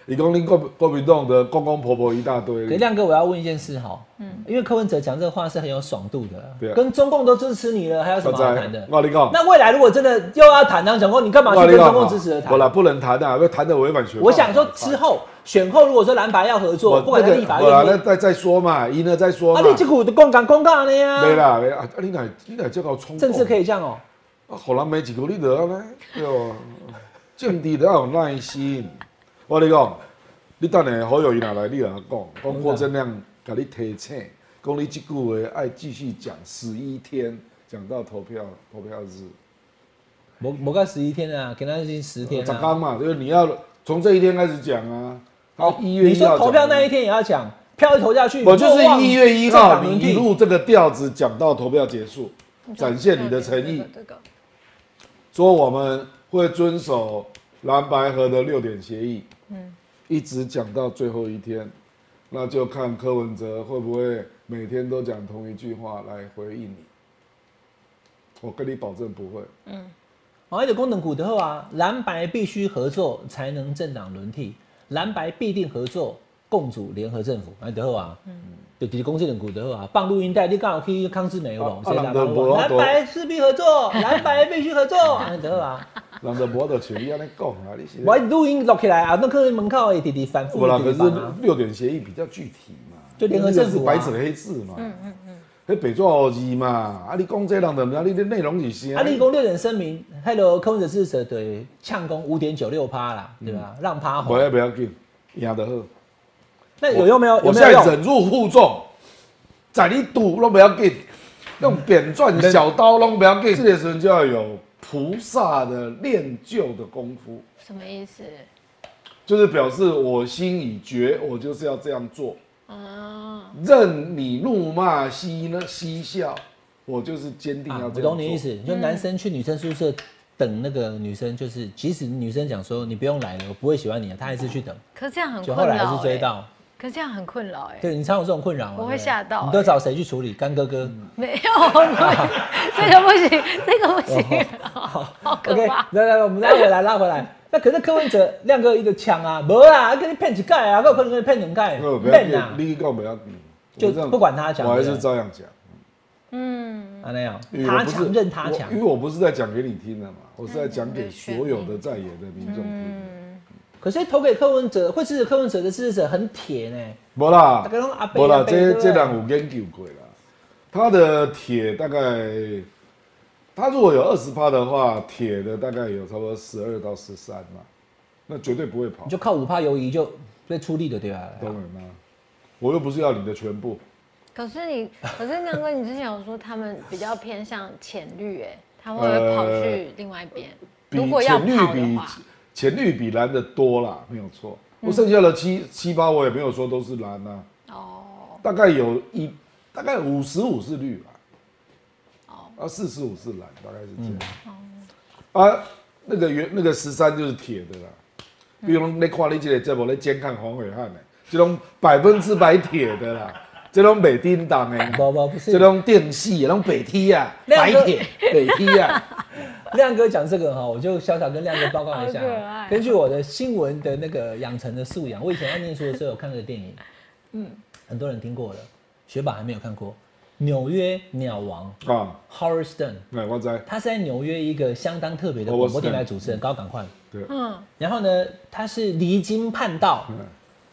Speaker 3: 你讲恁国国民党的公公婆婆一大堆，
Speaker 2: 给亮哥，我要问一件事哈，嗯，因为柯文哲讲这话是很有爽度的，
Speaker 3: 对啊
Speaker 2: 跟中共都支持你了，还有什么好谈的？
Speaker 3: 我跟你讲，
Speaker 2: 那未来如果真的又要谈张小光，你干嘛
Speaker 3: 我
Speaker 2: 去
Speaker 3: 跟
Speaker 2: 跟
Speaker 3: 你
Speaker 2: 中
Speaker 3: 讲
Speaker 2: 共支持的
Speaker 3: 我啦
Speaker 2: 谈？
Speaker 3: 不能谈啊，因为谈的违反选法。
Speaker 2: 我想说之后选后，如果说蓝白要合
Speaker 3: 我
Speaker 2: 作，不管
Speaker 3: 那
Speaker 2: 在
Speaker 3: 个
Speaker 2: 立法
Speaker 3: 我啦，
Speaker 2: 院，
Speaker 3: 那再再说嘛，赢了再说嘛
Speaker 2: 啊，。你这股共党公干的呀？
Speaker 3: 没，啦，没啦，啊，你哪你哪这个冲动？
Speaker 2: 政治可以这样哦。
Speaker 3: 啊，互人骂一句你就安尼，对无？政治要有耐心。我跟你讲，你等下好友伊若来，你也讲，讲郭正亮甲你提醒，讲你即句话爱继续讲十一天，讲到投票投票日，
Speaker 2: 某某个十一天啊，给他已经十天
Speaker 3: 十
Speaker 2: 了。
Speaker 3: 天嘛，就是你要从这一天开始讲啊，到一月
Speaker 2: 你
Speaker 3: 一
Speaker 2: 说
Speaker 3: 号讲啊。
Speaker 2: 投票那一天也要讲，票一投下去，
Speaker 3: 我就是
Speaker 2: 莫忘
Speaker 3: 一月一
Speaker 2: 政
Speaker 3: 号，
Speaker 2: 党轮
Speaker 3: 你
Speaker 2: 替
Speaker 3: 一路这个调子讲到投票结束，展现你的诚意
Speaker 4: 这个。这个
Speaker 3: 说我们会遵守蓝白河的六点协议，一直讲到最后一天，那就看柯文哲会不会每天都讲同一句话来回应你。我跟你保证不 <laughs> 会，
Speaker 2: 哦，一个功能股的话啊，蓝白必须合作才能政党轮替，蓝白必定合作共组联合政府。哎，德后啊，嗯，对，就是公正的股德后啊，放录音带，你刚好去康志美有
Speaker 3: 啊
Speaker 2: 无？谁打
Speaker 3: 啊人就
Speaker 2: 包
Speaker 3: 无
Speaker 2: 啊
Speaker 3: 法
Speaker 2: 蓝
Speaker 3: 度
Speaker 2: 白势必合作， <laughs> 蓝白必须合作。哎，德后
Speaker 3: <laughs>
Speaker 2: 啊，
Speaker 3: 人就无得像你安尼讲啊，你是
Speaker 2: 我录音录起来啊，那客人门口也弟弟反复
Speaker 3: 我啦，
Speaker 2: 地
Speaker 3: 可
Speaker 2: 地
Speaker 3: 是
Speaker 2: 放啊。
Speaker 3: 六点协议比较具体嘛，
Speaker 2: 就联合政府啊
Speaker 3: 那个是白纸黑字嘛，嗯嗯嗯，那白纸黑字嘛，啊，你讲这人就不知道你的内容是啥，
Speaker 2: 啊，立功六点声明，Hello，空者支持者对呛攻五点九六趴啦，对吧？让趴
Speaker 3: 不
Speaker 2: 红，
Speaker 3: 要不要紧，赢得好。
Speaker 2: 那有用没有？有
Speaker 3: 我
Speaker 2: 没
Speaker 3: 现在
Speaker 2: 有用？
Speaker 3: 忍辱负重，在你赌都不要紧，用扁
Speaker 2: 嗯
Speaker 3: 钻小刀都不要紧。这个时候就要有菩萨的练就的功夫，
Speaker 4: 什么意思？
Speaker 3: 就是表示我心已决，我就是要这样做，
Speaker 4: 啊，
Speaker 3: 任你怒骂嬉呢嬉笑，我就是坚定要
Speaker 2: 啊，我
Speaker 3: 这样做。
Speaker 2: 懂你意思，
Speaker 4: 嗯
Speaker 2: 就男生去女生宿舍等那个女生，就是即使女生讲说你不用来了，我不会喜欢你啊的，他还是去等，
Speaker 4: 可是这样很
Speaker 2: 就
Speaker 4: 困
Speaker 2: 后
Speaker 4: 扰、
Speaker 2: 来
Speaker 4: 欸。
Speaker 2: 还是追到。
Speaker 4: 可是这样很困扰哎、
Speaker 2: 对你常有这种困扰吗？
Speaker 4: 我会
Speaker 2: 对不对
Speaker 4: 吓到欸嗯
Speaker 2: 你都找谁去处理？干哥哥。
Speaker 4: 没有，这个不行，这个不行，
Speaker 2: <laughs>
Speaker 4: 好可
Speaker 2: 哦 OK，
Speaker 4: 怕。
Speaker 2: 来来，我们拉回来，拉回来。 <laughs> 那可是柯文哲亮哥一个枪啊，没啦，跟你骗几盖啊，不可能跟你骗两盖，
Speaker 3: 那我不要
Speaker 2: 骗
Speaker 3: 紧
Speaker 2: 啊，，
Speaker 3: 你讲不要紧，
Speaker 2: 就
Speaker 3: 我这样
Speaker 2: 不管他讲
Speaker 3: 我还
Speaker 2: 对
Speaker 3: 是
Speaker 2: 不对
Speaker 3: 照样讲。
Speaker 4: 嗯，
Speaker 2: 啊那样，
Speaker 3: 因为我
Speaker 2: 他
Speaker 3: 不是
Speaker 2: 强任他
Speaker 3: 我
Speaker 2: 强
Speaker 3: 因。为我不是在讲给你听的嘛，我是在讲给所有的在野的民众听的。
Speaker 2: 可是投给柯文哲，会支持柯文哲的支持者很铁呢。
Speaker 3: 无啦
Speaker 2: 大家都阿，伯
Speaker 3: 无啦
Speaker 2: 阿，伯
Speaker 3: 这
Speaker 2: 对不对
Speaker 3: 这人有研究过啦。他的铁大概，他如果有二十趴的话，铁的大概有差不多十二到十三嘛，那绝对不会跑
Speaker 2: 你，就靠五趴游移就被出力的对吧？
Speaker 3: 懂我吗？我又不是要你的全部，
Speaker 4: 可是你，可是亮哥，你之前有说他们比较偏向浅绿哎、他会不会跑去另外一边？
Speaker 3: 比
Speaker 4: 如果要
Speaker 3: 浅绿
Speaker 4: 跑的
Speaker 3: 比
Speaker 4: 话，
Speaker 3: 浅绿比蓝的多啦，没有错。我剩下的七七八我也没有说都是蓝啊，
Speaker 4: 哦
Speaker 3: 大概有一大概五十五是绿吧，
Speaker 4: 哦，
Speaker 3: 啊，四十五是蓝，大概是这样。
Speaker 2: 嗯
Speaker 3: 啊，那个原那个十三就是铁的啦，比如讲你看你这个节目咧监看黄伟汉的，这种百分之百铁的啦，这种北叮当的啦，
Speaker 2: 不不不是
Speaker 3: 这种电系的，那种北梯啊，
Speaker 2: 亮
Speaker 3: 白
Speaker 2: 哥
Speaker 3: 铁北梯啊， <laughs>
Speaker 4: <laughs>
Speaker 2: 亮哥讲这个哈，我就小小跟亮哥报告一下啊
Speaker 4: 好可爱。啊
Speaker 2: 根据我的新闻的那个养成的素养，我以前在念书的时候有看那个电影，嗯，很多人听过了，学霸还没有看过。纽约鸟王
Speaker 3: 啊，
Speaker 2: Howard Stern，
Speaker 3: 哎，我知，
Speaker 2: 他是在纽约一个相当特别的
Speaker 3: 哦
Speaker 2: 广
Speaker 3: 我
Speaker 2: 播
Speaker 3: 知道
Speaker 2: 电台主持人，高赶快。
Speaker 3: 对，
Speaker 4: 嗯，
Speaker 2: 然后呢，他是离经叛道，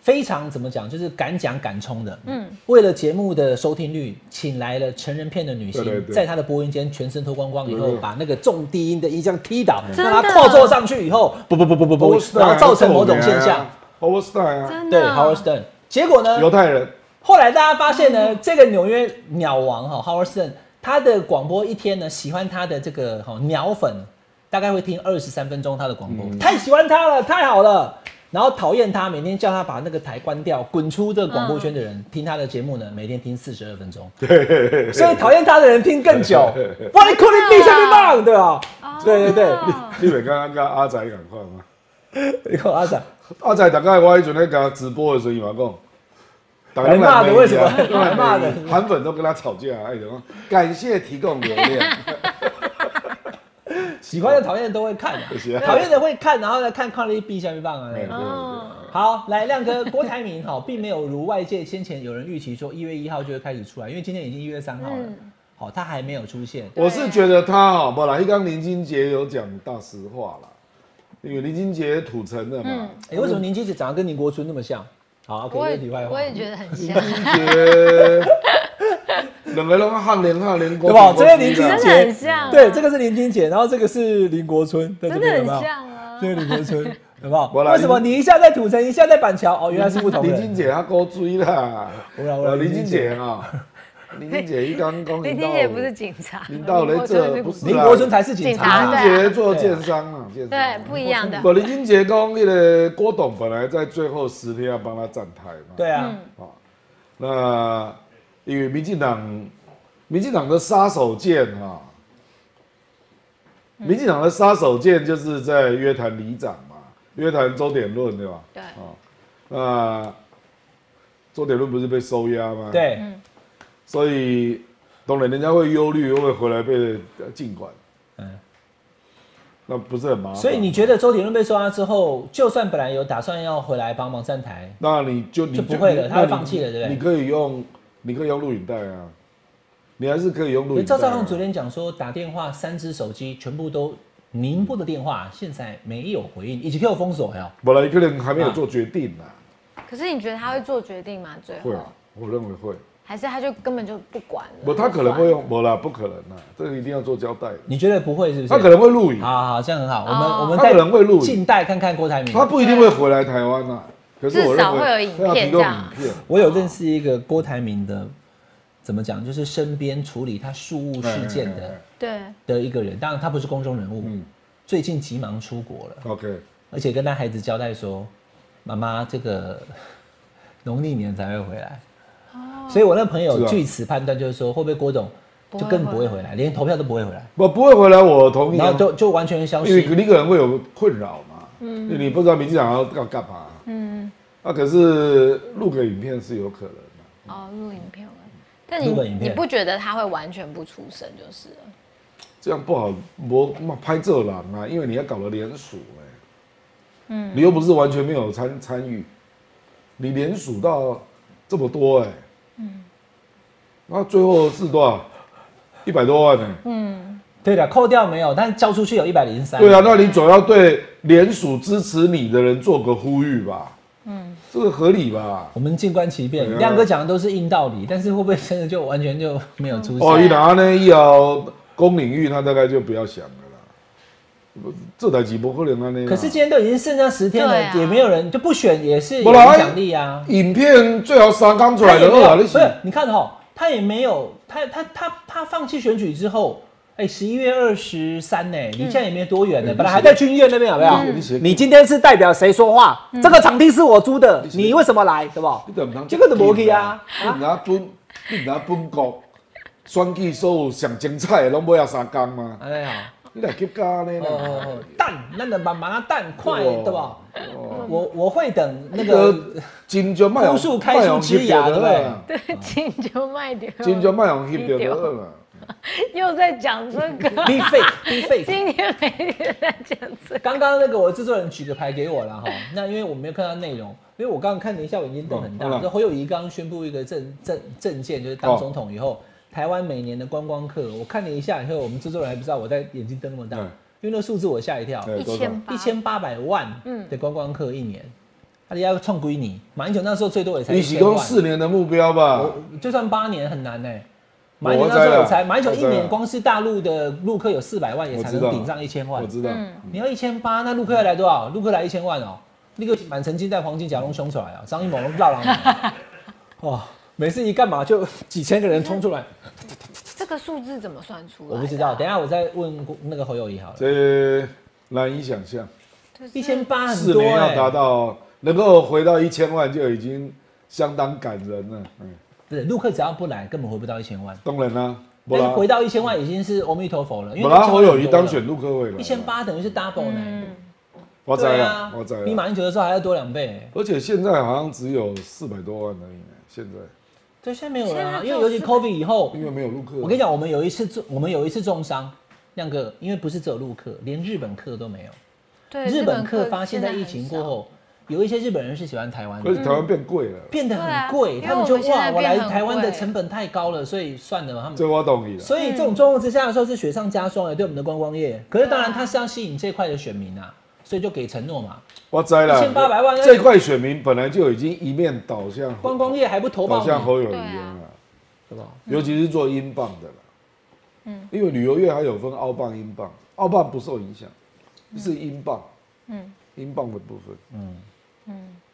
Speaker 2: 非常怎么讲，就是敢讲敢冲的。嗯，为了节目的收听率，请来了成人片的女
Speaker 3: 对对
Speaker 2: 星，
Speaker 3: 对
Speaker 2: 在她的播音间全身脱光光以后，
Speaker 3: 对对
Speaker 2: 把那个重低音的音箱踢倒，
Speaker 4: 真的
Speaker 2: 让她跨坐上去以后，不不不不不不，
Speaker 3: 啊
Speaker 2: 然后造成某种现象。
Speaker 3: ，Overstein 啊，
Speaker 4: 真的。哦
Speaker 2: 对，Howard Stern。结果呢，
Speaker 3: 犹太人，
Speaker 2: 后来大家发现呢，这个纽约鸟王哈 Howard Stern，他的广播一天呢，喜欢他的这个哈鸟粉，大概会听二十三分钟他的广播，太喜欢他了，太好了。然后讨厌他，每天叫他把那个台关掉，滚出这个广播圈的人、听他的节目呢，每天听四十二分钟，所以讨厌他的人听更久。哇，你哭你闭上你棒，对吧？啊对对对，
Speaker 4: 哦
Speaker 3: 你袂刚刚阿仔赶快吗？
Speaker 2: <laughs> 你看阿展，
Speaker 3: 阿仔大概我迄阵咧甲直播的时候，伊嘛讲，大
Speaker 2: 来骂的
Speaker 3: 都来
Speaker 2: 为什么
Speaker 3: 骂
Speaker 2: <laughs>
Speaker 3: 他
Speaker 2: 来骂的
Speaker 3: 韩粉都跟他吵架，哎，讲感谢提供流
Speaker 4: <laughs>
Speaker 3: 量，哎
Speaker 2: 喜欢的讨厌的都会看、啊
Speaker 3: 谢谢，
Speaker 2: 讨厌的会看，然后呢看看了一闭下面棒啊。
Speaker 3: 哎对对对
Speaker 4: 哦
Speaker 2: 好，来亮哥，郭台铭好，并没有如外界先前有人预期说一月一号就会开始出来，因为今天已经一月三号了，
Speaker 4: 嗯
Speaker 2: 好，他还没有出现。
Speaker 3: 我是觉得他哦哈，本来一刚林金杰有讲大实话啦，因为林金杰土城的嘛，
Speaker 2: 哎，为什么林俊杰长得跟林国春那么像？好，OK，
Speaker 4: 我
Speaker 2: 这题外
Speaker 4: 也
Speaker 2: 话
Speaker 4: 我。也觉得很
Speaker 2: <laughs>
Speaker 4: 像，
Speaker 3: 林金杰两个人汉连汉连，
Speaker 2: 对吧？这个林俊
Speaker 4: 真的
Speaker 2: 杰
Speaker 4: 很像啊
Speaker 2: 对，这个是林俊杰，然后这个是林国春，在这
Speaker 4: 真
Speaker 2: 边
Speaker 4: 的
Speaker 2: 有
Speaker 4: 很
Speaker 2: 没有？
Speaker 4: 像啊
Speaker 2: 这。个林国春有没
Speaker 3: <laughs> 我
Speaker 2: 有？
Speaker 3: 来
Speaker 2: 为什么你一下在土城，一下在板桥？哦，原来是不同
Speaker 3: <laughs> 林
Speaker 2: 人。
Speaker 3: 金姐她够追啦，
Speaker 2: 我来我来
Speaker 3: 呃林金姐 <laughs> 啊，林金姐一刚讲
Speaker 5: 林
Speaker 3: 林
Speaker 5: 金
Speaker 3: 道
Speaker 5: 姐不是警察，
Speaker 3: 林道雷这不是
Speaker 2: 林
Speaker 3: 啦
Speaker 2: 国春才是警
Speaker 5: 警
Speaker 2: 察
Speaker 5: 察
Speaker 2: 嘛。
Speaker 3: 林
Speaker 5: 对
Speaker 3: 金姐做建商啊，建商
Speaker 4: 对，不一样的。
Speaker 3: 啊不，林俊杰讲那个郭董本来在最后十天要帮他站台嘛。
Speaker 2: 对啊，
Speaker 4: 嗯
Speaker 3: 那因为民进党，民进党的杀手锏啊，
Speaker 4: 嗯
Speaker 3: 民进党的杀手锏就是在约谈里长嘛，约谈周点论对吧？
Speaker 4: 对
Speaker 3: 那周点论不是被收押吗？，
Speaker 2: 对，
Speaker 4: 嗯
Speaker 3: 所以当然人家会忧虑，会回来被呃禁管。
Speaker 2: 嗯
Speaker 3: 那不是很麻烦。
Speaker 2: 所以你觉得周杰伦被收押之后，就算本来有打算要回来帮忙站台，
Speaker 3: 那你就你
Speaker 2: 就不会了
Speaker 3: 你
Speaker 2: 他会
Speaker 3: 那你
Speaker 2: 放弃了对不对
Speaker 3: 你可以用，你可以用录影带啊，你还是可以用录影带、
Speaker 2: 赵
Speaker 3: 啊。
Speaker 2: 少康昨天讲说打电话三只手机全部都宁波的电话，现在没有回应，以及 Q 封锁呀。
Speaker 3: 本来可能还没有做决定呢、
Speaker 4: 可是你觉得他会做决定吗？最
Speaker 3: 会
Speaker 4: 后
Speaker 3: 啊，我认为会。
Speaker 4: 还是他就根本就不管了？
Speaker 3: 不，他可能会用，不啦，不可能啊，这个一定要做交代的。
Speaker 2: 你觉得不会是不是？
Speaker 3: 他可能会录影，
Speaker 2: 好好好，这样很好。我们我们
Speaker 3: 他可能会录影
Speaker 2: 近代看看郭台铭。
Speaker 3: 他不一定会回来台湾啊。可是我
Speaker 5: 至少
Speaker 3: 认为
Speaker 5: 会有影片
Speaker 3: 要
Speaker 5: 这
Speaker 3: 提供
Speaker 5: 样
Speaker 3: 影片。
Speaker 2: 我有认识一个郭台铭的，怎么讲，就是身边处理他庶务事件
Speaker 3: 哎哎
Speaker 2: 的
Speaker 4: 对，
Speaker 2: 的一个人，当然他不是公众人物
Speaker 3: 嗯，
Speaker 2: 最近急忙出国了，
Speaker 3: OK，
Speaker 2: 而且跟他孩子交代说，妈妈这个 <laughs> 农历年才会回来。所以，我那朋
Speaker 3: 是
Speaker 2: 友
Speaker 3: 啊
Speaker 2: 据此判断，就是说，会不会郭董就更哦不会回来，连投票都不会回来，
Speaker 3: 我不会回来，我同意
Speaker 2: 然
Speaker 3: 啊
Speaker 2: 后。就就完全消
Speaker 3: 因为
Speaker 2: 失。
Speaker 3: 你可能会有困扰嘛，嗯，你不知道民进党要要干嘛，嗯，啊，可是录个影片是有可能的。
Speaker 4: 哦，录影片了。但你
Speaker 2: 嗯录个影
Speaker 4: 你
Speaker 2: 片
Speaker 4: 不觉得他会完全不出声就是了？
Speaker 3: 这样不好，我嘛拍这狼啊，因为你要搞了联署哎、嗯，你又不是完全没有参参与，你联署到这么多哎、嗯，那最后是多少？一百多万呢、欸
Speaker 2: 对的，扣掉没有，但是交出去有一百零三。
Speaker 3: 对啊，那你总要对联署支持你的人做个呼吁吧，嗯，这个合理吧？
Speaker 2: 我们静观其
Speaker 3: 对
Speaker 2: 变。
Speaker 3: 啊
Speaker 2: 亮哥讲的都是硬道理，但是会不会真的就完全就没有出现？
Speaker 3: 哦，一拿呢，一摇公领域，他大概就不要想了啦。不这台机不可能啊安尼。
Speaker 2: 可是今天都已经剩下十天了，
Speaker 4: 对啊
Speaker 2: 也没有人就不选，也是有
Speaker 3: 不然哎
Speaker 2: 影响力啊。
Speaker 3: 影片最好三刚出
Speaker 2: 他
Speaker 3: 来
Speaker 2: 也
Speaker 3: 的
Speaker 2: 没有，
Speaker 3: 话，
Speaker 2: 不
Speaker 3: 你是
Speaker 2: 是？你看哈、哦，他也没有，他他他他放弃选举之后，哎、1十一月二十三呢，离现在也没多远
Speaker 3: 嗯
Speaker 2: 呢，本来还在军医院那边有没
Speaker 3: 你
Speaker 2: 有
Speaker 3: 写？
Speaker 2: 你今天是代表谁说话？这个场地是我租的，你为什么来？对吧
Speaker 3: 你？就唔通
Speaker 2: 这个就无去啊！
Speaker 3: 你唔拿本，你唔拿本国选举所有上精彩的拢买啊三工嘛？
Speaker 2: 哎呀，
Speaker 3: 你来急加呢
Speaker 2: 哦哦
Speaker 3: 啦
Speaker 2: 哦，蛋，那能把麻辣蛋快，
Speaker 3: 哦
Speaker 2: 对吧？
Speaker 3: 哦
Speaker 2: 我我会等那
Speaker 3: 那
Speaker 2: 个
Speaker 3: 个金就卖
Speaker 2: 枯树开出枝芽
Speaker 3: 对？
Speaker 2: 嗯
Speaker 4: 金就卖点，
Speaker 3: 啊金就卖红吸掉就好啊了。
Speaker 5: 又在讲这
Speaker 2: <laughs>
Speaker 5: 个。
Speaker 2: be fake be fake。
Speaker 5: 今天每天在讲这个，
Speaker 2: 刚刚那个我制作人举个牌给我了哈，那因为我没有看到内容，因为我刚刚看了一下，我眼睛瞪很大。
Speaker 3: 嗯好了
Speaker 2: 那、侯友谊刚刚宣布一个政政政见，就是当总统以
Speaker 3: 哦
Speaker 2: 后，台湾每年的观光客，我看了一下以后，我们制作人还不知道我在眼睛瞪那么大，
Speaker 3: 嗯
Speaker 2: 因为那个数字我吓一跳，
Speaker 3: 对
Speaker 4: 一千八，
Speaker 2: 一千八百万的观光客一年，他要创归你，马英九那时候最多也才
Speaker 3: 你
Speaker 2: 一
Speaker 3: 是
Speaker 2: 千
Speaker 3: 讲
Speaker 2: 万，
Speaker 3: 四年的目标吧？
Speaker 2: 我就算八年很难呢、马
Speaker 3: 我
Speaker 2: 英九
Speaker 3: 我
Speaker 2: 那时
Speaker 3: 知
Speaker 2: 候
Speaker 3: 道
Speaker 2: 也才，马英九
Speaker 3: 我
Speaker 2: 一
Speaker 3: 知道
Speaker 2: 年光是大陆的陆客有四百万，也
Speaker 3: 我
Speaker 2: 才
Speaker 3: 知
Speaker 2: 能
Speaker 3: 道
Speaker 2: 顶上一千万
Speaker 3: 我。知道，
Speaker 2: 你要一千八，那陆克要来多少？陆克来一千万哦，那个满城尽带黄金甲龙冲出来啊，张艺谋绕狼
Speaker 3: <laughs>
Speaker 2: 来，哇！每次一干嘛就几千个人冲出来，
Speaker 4: 这个数字怎么算出来的
Speaker 2: 我
Speaker 4: 啊？
Speaker 2: 不
Speaker 3: 哎
Speaker 2: 知道，等一下我再问那个侯友谊好了。
Speaker 3: 这难以想象。
Speaker 2: 一千八很
Speaker 3: 四
Speaker 2: 多
Speaker 3: 年
Speaker 2: 哎、
Speaker 3: 要达到能够回到一千万就已经相当感人了。嗯，
Speaker 2: 不是陆克只要不来，根本回不到一千万。
Speaker 3: 当然啦，不
Speaker 2: 但是
Speaker 3: 然
Speaker 2: 回到一千万已经是阿弥陀佛了，因
Speaker 3: 本
Speaker 2: 为
Speaker 3: 来侯友谊当选陆科委了，
Speaker 2: 一千，八等于是 double 呢、
Speaker 4: 嗯
Speaker 3: 我知
Speaker 2: 对
Speaker 3: 了
Speaker 2: 啊，
Speaker 3: 我知，
Speaker 2: 比
Speaker 3: 了。
Speaker 2: 马英九的时候还要多两倍、欸。
Speaker 3: 而且现在好像只有四百多万而已，现在
Speaker 2: 对，现在没有了、
Speaker 4: 现在
Speaker 2: 啊，
Speaker 4: 只
Speaker 2: 因
Speaker 4: 有
Speaker 2: 为尤其
Speaker 4: 400
Speaker 2: COVID 以后，
Speaker 3: 因为没有陆科。
Speaker 2: 我跟你，讲，我们有一次重，我们有一次重伤，亮哥，因为不是只有陆客，连日本客都没有。
Speaker 4: 对，
Speaker 2: 日本
Speaker 4: 客
Speaker 2: 客发现，在疫情过后，有一些日本人是喜欢台湾
Speaker 3: 可
Speaker 2: 的，
Speaker 3: 是台湾变贵了，
Speaker 2: 变得
Speaker 4: 对啊
Speaker 2: 很贵，
Speaker 4: 因为
Speaker 2: 他们就
Speaker 4: 我们现
Speaker 2: 哇，
Speaker 4: 在
Speaker 2: 我
Speaker 4: 变
Speaker 2: 来
Speaker 4: 很
Speaker 2: 台湾的
Speaker 4: 贵
Speaker 2: 成本太高了，所以算了吧，他们
Speaker 3: 这我懂你了。
Speaker 2: 所以这种状况之下的时候是雪上加霜的，对我们的观光业。可是当然，
Speaker 4: 嗯对啊
Speaker 2: 他是要吸引这块的选民啊，所以就给承诺嘛。
Speaker 3: 我栽了
Speaker 2: 1800万
Speaker 3: 这块选民本来就已经一面倒向
Speaker 2: 观光业还不投
Speaker 3: 倒
Speaker 2: 报
Speaker 3: 向
Speaker 2: 你，
Speaker 3: 侯友宜
Speaker 4: 对啊
Speaker 3: 了，
Speaker 2: 对吧？
Speaker 3: 尤其是做英镑的了。嗯，因为旅游业还有分澳镑、英镑，澳镑不受影响，是英镑。嗯，英镑的部分。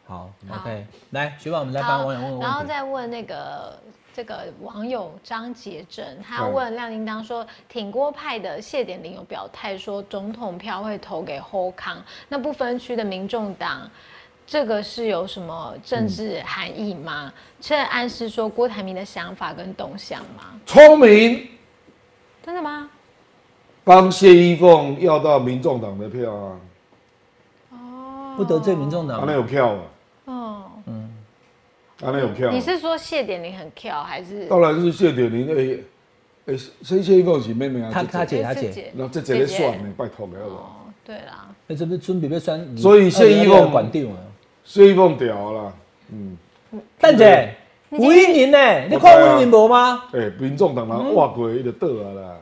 Speaker 2: 好
Speaker 4: 好
Speaker 2: ，OK，来，学宝，我们来帮
Speaker 4: 好
Speaker 2: 网友问个，
Speaker 4: 然后
Speaker 2: 问题。
Speaker 4: 再问那个这个网友张杰正，他
Speaker 3: 嗯
Speaker 4: 问亮叮当说，挺锅派的谢点玲有表态说总统票会投给侯康，那不分区的民众党。这个是有什么政治含义吗？这暗示说郭台铭的想法跟动向吗？
Speaker 3: 聪明
Speaker 4: 真的吗？
Speaker 3: 帮谢依凤要到民众党的票啊，
Speaker 4: 哦
Speaker 2: 不得罪民众
Speaker 3: 他
Speaker 2: 党
Speaker 3: 那，有票啊，
Speaker 4: 哦，
Speaker 3: 他那有票啊。
Speaker 4: 你是说谢点玲很跳还是？
Speaker 2: 哦
Speaker 3: 当然是谢点玲哎哎，谢谢依凤是妹妹啊，
Speaker 2: 他
Speaker 3: 这
Speaker 2: 他姐他
Speaker 4: 自己
Speaker 2: 姐，
Speaker 3: 那这这个算呢，拜托了好不好？
Speaker 4: 哦，对啦，
Speaker 2: 那这不是尊比被酸？
Speaker 3: 所以谢依凤
Speaker 2: 管定了。
Speaker 3: 谢依凤屌了啦，嗯，
Speaker 2: 蛋姐，吴依宁呢？你
Speaker 3: 啊
Speaker 2: 看吴依宁无吗？
Speaker 3: 哎、民众党人挖过伊就倒啊啦，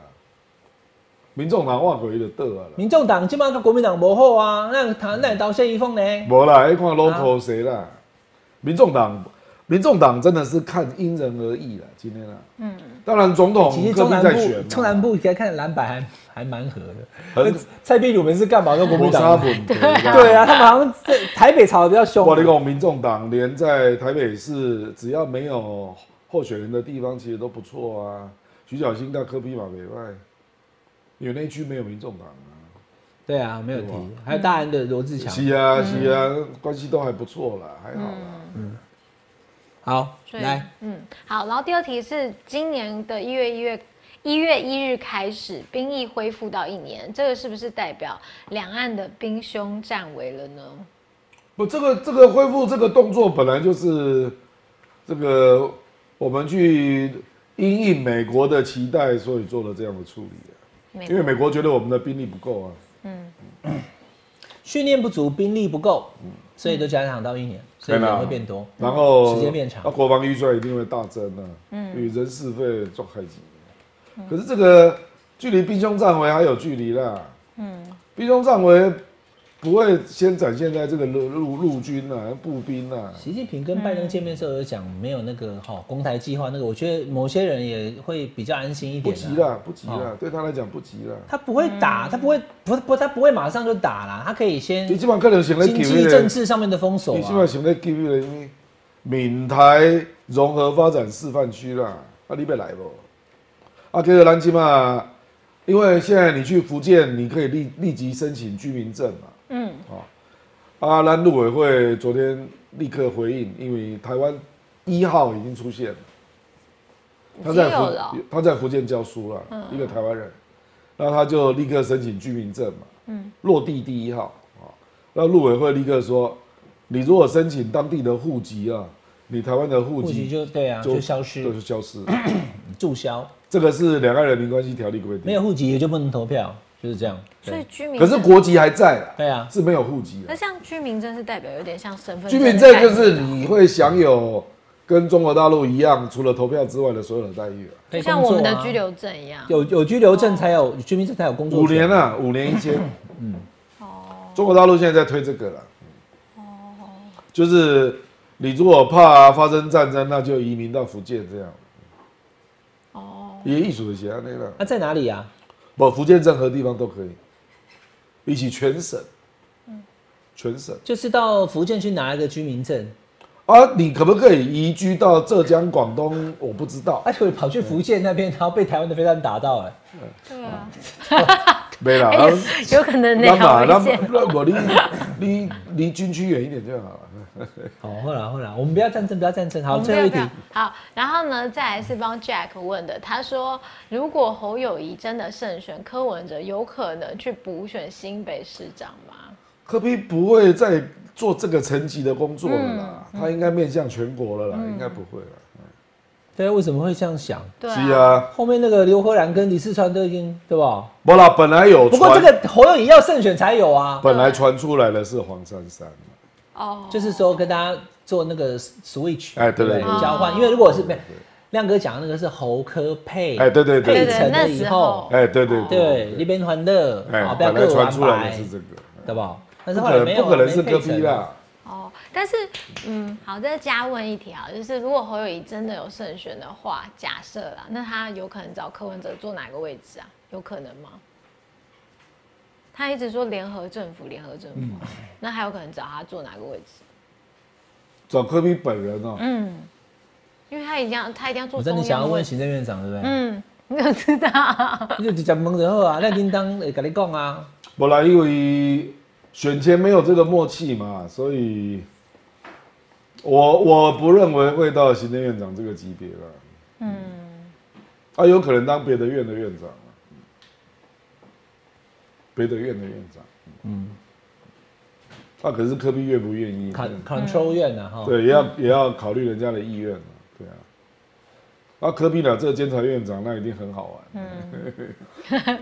Speaker 3: 民众党挖过伊就倒啊啦，
Speaker 2: 民众党今晚跟国民党不好啊，那谈那到谢依凤呢？
Speaker 3: 无啦，
Speaker 2: 啊
Speaker 3: 迄看老头谁啦，民众党，民众党真的是看因人而异啦，今天啦，嗯，当然总统
Speaker 2: 其实
Speaker 3: 各
Speaker 2: 中
Speaker 3: 地
Speaker 2: 南
Speaker 3: 在选
Speaker 2: 部，
Speaker 3: 啊嘛，
Speaker 2: 中南部应该看蓝白还还蛮合的
Speaker 3: 很。
Speaker 2: 蔡壁如们是干嘛跟国民
Speaker 3: 国
Speaker 2: 党的？
Speaker 3: 沙本对
Speaker 2: <laughs>
Speaker 3: 啊
Speaker 2: 对啊，他们好像在台北吵得比较凶。
Speaker 3: 我跟你讲，民众党连在台北市只要没有候选人的地方，其实都不错啊。徐小新到科比马北外，因为那一区没有民众党啊。
Speaker 2: 对啊，没有提。还有大安的罗志强。
Speaker 3: 是啊，是啊，关系都还不错啦，还好啦。
Speaker 2: 嗯好，
Speaker 4: 所以
Speaker 2: 来，
Speaker 4: 嗯，好，然后第二题是今年的一月一月一月一日开始，兵役恢复到一年，这个是不是代表两岸的兵凶战危了呢？
Speaker 3: 不，这个这个恢复这个动作本来就是这个我们去因应美国的期待，所以做了这样的处理
Speaker 4: 美
Speaker 3: 啊。因
Speaker 4: 国
Speaker 3: 为美国觉得我们的兵力不够啊，
Speaker 2: 训练不足，兵力不够，所以就加长到一年，所以
Speaker 3: 嗯对啦啊
Speaker 2: 人会变
Speaker 4: 嗯
Speaker 2: 多。
Speaker 3: 然后
Speaker 2: 时间变长
Speaker 3: 那国防预算一定会大增啊，
Speaker 4: 嗯
Speaker 3: 与人事费做开机。可是这个距离兵凶战危还有距离啦，嗯，兵凶战危不会先展现在这个陆陆陆军啊、步兵啊，
Speaker 2: 习近平跟拜登见面的时候有讲，没有那个哈公台计划那个，我觉得某些人也会比较安心一
Speaker 3: 不
Speaker 2: 点啊。
Speaker 3: 急啦，不急啦
Speaker 2: 哦，
Speaker 3: 对他来讲不急啦。
Speaker 2: 他不会
Speaker 4: 嗯
Speaker 2: 打，他不会不不，他不会马上就打啦，他可以先
Speaker 3: 你基本可能想咧
Speaker 2: 经
Speaker 3: 救
Speaker 2: 济
Speaker 3: 那
Speaker 2: 政
Speaker 3: 个，
Speaker 2: 治上面的封锁
Speaker 3: 你基本
Speaker 2: 啊。
Speaker 3: 想咧救那个什么闽台融合发展示范区啦，啊，你要来不？啊，这个咱起码，因为现在你去福建，你可以立立即申请居民证嘛。嗯。哦，啊，咱陆委会昨天立刻回应，因为台湾一号已经出现了，他在
Speaker 4: 已经有了哦
Speaker 3: 福他在福建教书了，一个台湾人，那他就立刻申请居民证嘛。嗯。落地第一号啊，哦那陆委会立刻说，你如果申请当地的户籍啊，你台湾的户
Speaker 2: 或许
Speaker 3: 籍
Speaker 2: 就对啊，就消
Speaker 3: 就
Speaker 2: 失，
Speaker 3: 是消失了。 <clears throat>
Speaker 2: 注销，
Speaker 3: 这个是两岸人民关系条例规定，
Speaker 2: 没有户籍也就不能投票，就是这样。
Speaker 4: 所以
Speaker 2: 对
Speaker 4: 居民
Speaker 3: 可是
Speaker 4: 证
Speaker 3: 国籍还在啦，
Speaker 2: 对啊，
Speaker 3: 是没有户籍
Speaker 4: 那
Speaker 3: 的。
Speaker 4: 像居民证是代表有点像身份
Speaker 3: 居民
Speaker 4: 的
Speaker 3: 证
Speaker 4: 概
Speaker 3: 就
Speaker 4: 念
Speaker 3: 是你会享有跟中国大陆一样，除了投票之外的所有的待遇啊、
Speaker 2: 可以
Speaker 4: 像
Speaker 2: 工
Speaker 4: 我
Speaker 2: 作
Speaker 4: 们的
Speaker 2: 啊
Speaker 4: 居留证一样。
Speaker 2: 有有居留证才有居民证才有工作
Speaker 3: 五
Speaker 2: 权
Speaker 3: 年啊，五年一千，嗯，
Speaker 4: 哦
Speaker 3: 中国大陆现在在推这个了，就是你如果怕发生战争，那就移民到福建这样，
Speaker 4: 哦，
Speaker 3: 也艺术的写那个，
Speaker 2: 那、在哪里啊？
Speaker 3: 不，福建任何地方都可以，一起全省，
Speaker 4: 嗯
Speaker 3: 全省。
Speaker 2: 就是到福建去拿一个居民证，
Speaker 3: 啊，你可不可以移居到浙江、广东？我不知道，
Speaker 4: 啊
Speaker 2: 而且哎跑去福建那边，然后被台湾的飞弹打到、哎，
Speaker 4: 对啊，
Speaker 3: 没
Speaker 4: 哎
Speaker 3: 啦。
Speaker 4: 有可能那
Speaker 3: 那嘛，那
Speaker 4: 样危
Speaker 3: 么
Speaker 4: 险。
Speaker 3: 那我离离离军区远一点就好了。
Speaker 2: 哦好，后来后来，我们不要战争，不要战争。好，
Speaker 4: 我们
Speaker 2: 最后一
Speaker 4: 不
Speaker 2: 题
Speaker 4: 要，不要好，然后呢，再来是帮 Jack 问的，他说如果侯友谊真的胜选，柯文哲有可能去补选新北市长吗？
Speaker 3: 科比不会再做这个层级的工作了啦，他应该面向全国了啦，应该不会了。
Speaker 2: 对，为什么会这样想？
Speaker 4: 对
Speaker 3: 是啊，
Speaker 2: 后面那个刘荷兰跟李世川都已经对吧？
Speaker 3: 不啦，本来有
Speaker 2: 不过
Speaker 3: 传
Speaker 2: 这，个侯友宜要胜选才有啊。
Speaker 3: 本来传出来的是黄珊珊嘛，
Speaker 4: 哦，
Speaker 2: 就是说跟大家做那个 switch，
Speaker 3: 哎对对对
Speaker 2: 交换，因为如果是
Speaker 3: 对对
Speaker 2: 亮哥讲的那个是侯科配，
Speaker 3: 哎对对对
Speaker 2: 配
Speaker 4: 对
Speaker 2: 成了
Speaker 4: 那
Speaker 2: 以
Speaker 4: 时
Speaker 2: 后
Speaker 4: 候，
Speaker 3: 哎，对对
Speaker 2: 对，那边欢乐，
Speaker 3: 哎
Speaker 2: 啊，，不要
Speaker 3: 本
Speaker 2: 各
Speaker 3: 来
Speaker 2: 玩
Speaker 3: 传出来
Speaker 2: 白
Speaker 3: 的，是这个，
Speaker 2: 对吧？但是
Speaker 3: 不
Speaker 2: 后
Speaker 3: 可
Speaker 2: 来没
Speaker 3: 能
Speaker 2: 有，
Speaker 3: 不可能是
Speaker 2: 没配
Speaker 3: 歌
Speaker 2: 成
Speaker 3: 批。啦，
Speaker 4: 哦，但是，嗯，好，再加问一题啊，就是如果侯友谊真的有胜选的话，假设啦，那他有可能找柯文哲坐哪个位置啊？有可能吗？他一直说联合政府，联合政府，
Speaker 2: 嗯
Speaker 4: 那还有可能找他坐哪个位置？
Speaker 3: 找柯批本人哦，
Speaker 4: 嗯，因为他一定要，他一定要
Speaker 2: 我
Speaker 4: 坐
Speaker 2: 真
Speaker 4: 中
Speaker 2: 的想
Speaker 4: 央
Speaker 2: 要
Speaker 4: 的位
Speaker 2: 问
Speaker 4: 置。
Speaker 2: 行政院长，对不对？
Speaker 4: 嗯，你有知道？
Speaker 2: 你就直接问就好啊，那叮当会跟你讲啊。
Speaker 3: 本来因为选前没有这个默契嘛，所以我我不认为会到行政院长这个级别了。嗯，他、有可能当别的院的院长啊别的院的院长。嗯，他、可是科比愿不愿意？
Speaker 2: Con- control 院呐、啊、哈，
Speaker 3: 嗯对，也要也要考虑人家的意愿啊对啊。那科比呢？这个监察院长那一定很好玩。
Speaker 4: <laughs> 嗯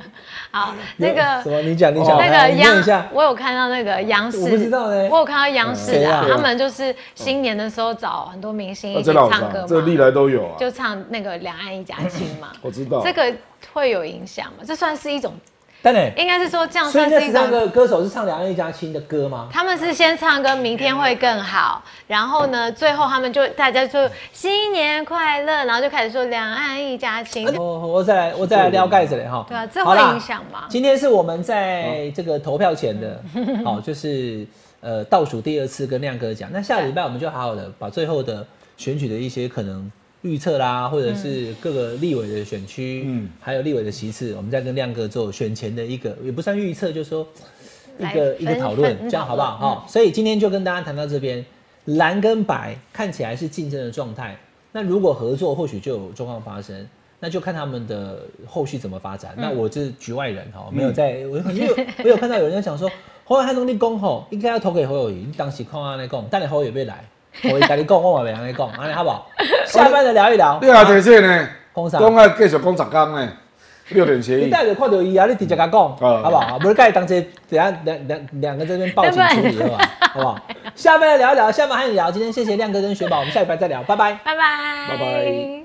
Speaker 4: 好，那个
Speaker 2: 什么你讲你讲，
Speaker 4: 那
Speaker 2: 来
Speaker 4: 个
Speaker 2: 我念一下
Speaker 4: 央，，我有看到那个央视，
Speaker 2: 我不知道呢
Speaker 4: 我有看到央视
Speaker 2: 谁
Speaker 4: 啊
Speaker 2: 啊，
Speaker 4: 他们就是新年的时候找很多明星
Speaker 3: 那
Speaker 4: 一起
Speaker 3: 啊哦这老
Speaker 4: 唱
Speaker 3: 张，
Speaker 4: 歌
Speaker 3: 这历
Speaker 4: 嘛，
Speaker 3: 来都有啊。
Speaker 4: 就唱那个《两岸一家亲》嘛。
Speaker 3: 我知
Speaker 2: 哦
Speaker 3: 道
Speaker 4: 这个会有影响吗？这算是一种，
Speaker 2: 等等，
Speaker 4: 应该是说这样
Speaker 2: 所以
Speaker 4: 算
Speaker 2: 那
Speaker 4: 是一
Speaker 2: 十三
Speaker 4: 种。
Speaker 2: 个歌手是唱两岸一家亲的歌吗？
Speaker 4: 他们是先唱歌，明天会更好。然后呢，最后他们就大家就新年快乐，然后就开始说两岸一家亲。
Speaker 2: 哦，我再来，我再来撩盖子嘞哈。
Speaker 4: 对啊，这
Speaker 2: 好
Speaker 4: 会
Speaker 2: 啦
Speaker 4: 影响吗？
Speaker 2: 今天是我们在这个投票前
Speaker 4: <laughs>
Speaker 2: 的，好，就是呃倒数第二次跟亮哥讲。那下礼拜我们就好好
Speaker 4: 啊
Speaker 2: 的把最后的选举的一些可能预测啦，或者是
Speaker 4: 嗯
Speaker 2: 各个立委的选区，嗯
Speaker 3: 嗯，
Speaker 2: 还有立委的席次，我们再跟亮哥做选前的一个，也不算预测，就是说一个
Speaker 4: 来
Speaker 2: 一个
Speaker 4: 分
Speaker 2: 讨论，
Speaker 4: 分
Speaker 2: 这样好不好？
Speaker 4: 讨
Speaker 2: 哈、
Speaker 4: 论
Speaker 2: 啊所以今天就跟大家谈到这边，蓝跟白看起来是竞争的状态，那如果合作，或许就有状况发生。那就看他们的后续怎么发展。那我是局外人哈，没有在，我我有我有看到有人在想说，侯友汉努力攻吼，应该要投给侯友谊。你当时看安尼讲，等你侯友谊来，我会跟你讲，我嘛袂安尼讲，安尼好不好？下班了聊一
Speaker 3: <laughs>
Speaker 2: 聊。
Speaker 3: 对啊，提醒呢，
Speaker 2: 讲啥
Speaker 3: 讲啊继续讲十天呢，六点协
Speaker 2: 你
Speaker 3: 议。
Speaker 2: 带着看到伊啊，你直接甲讲，好不好？不是跟他当这等下两两两个这边报警处理，好不好？好不好？下班来聊一聊，下班还有聊。今天谢谢亮哥跟雪宝，我们下礼拜再聊，拜拜。
Speaker 4: 拜拜，
Speaker 3: 拜拜。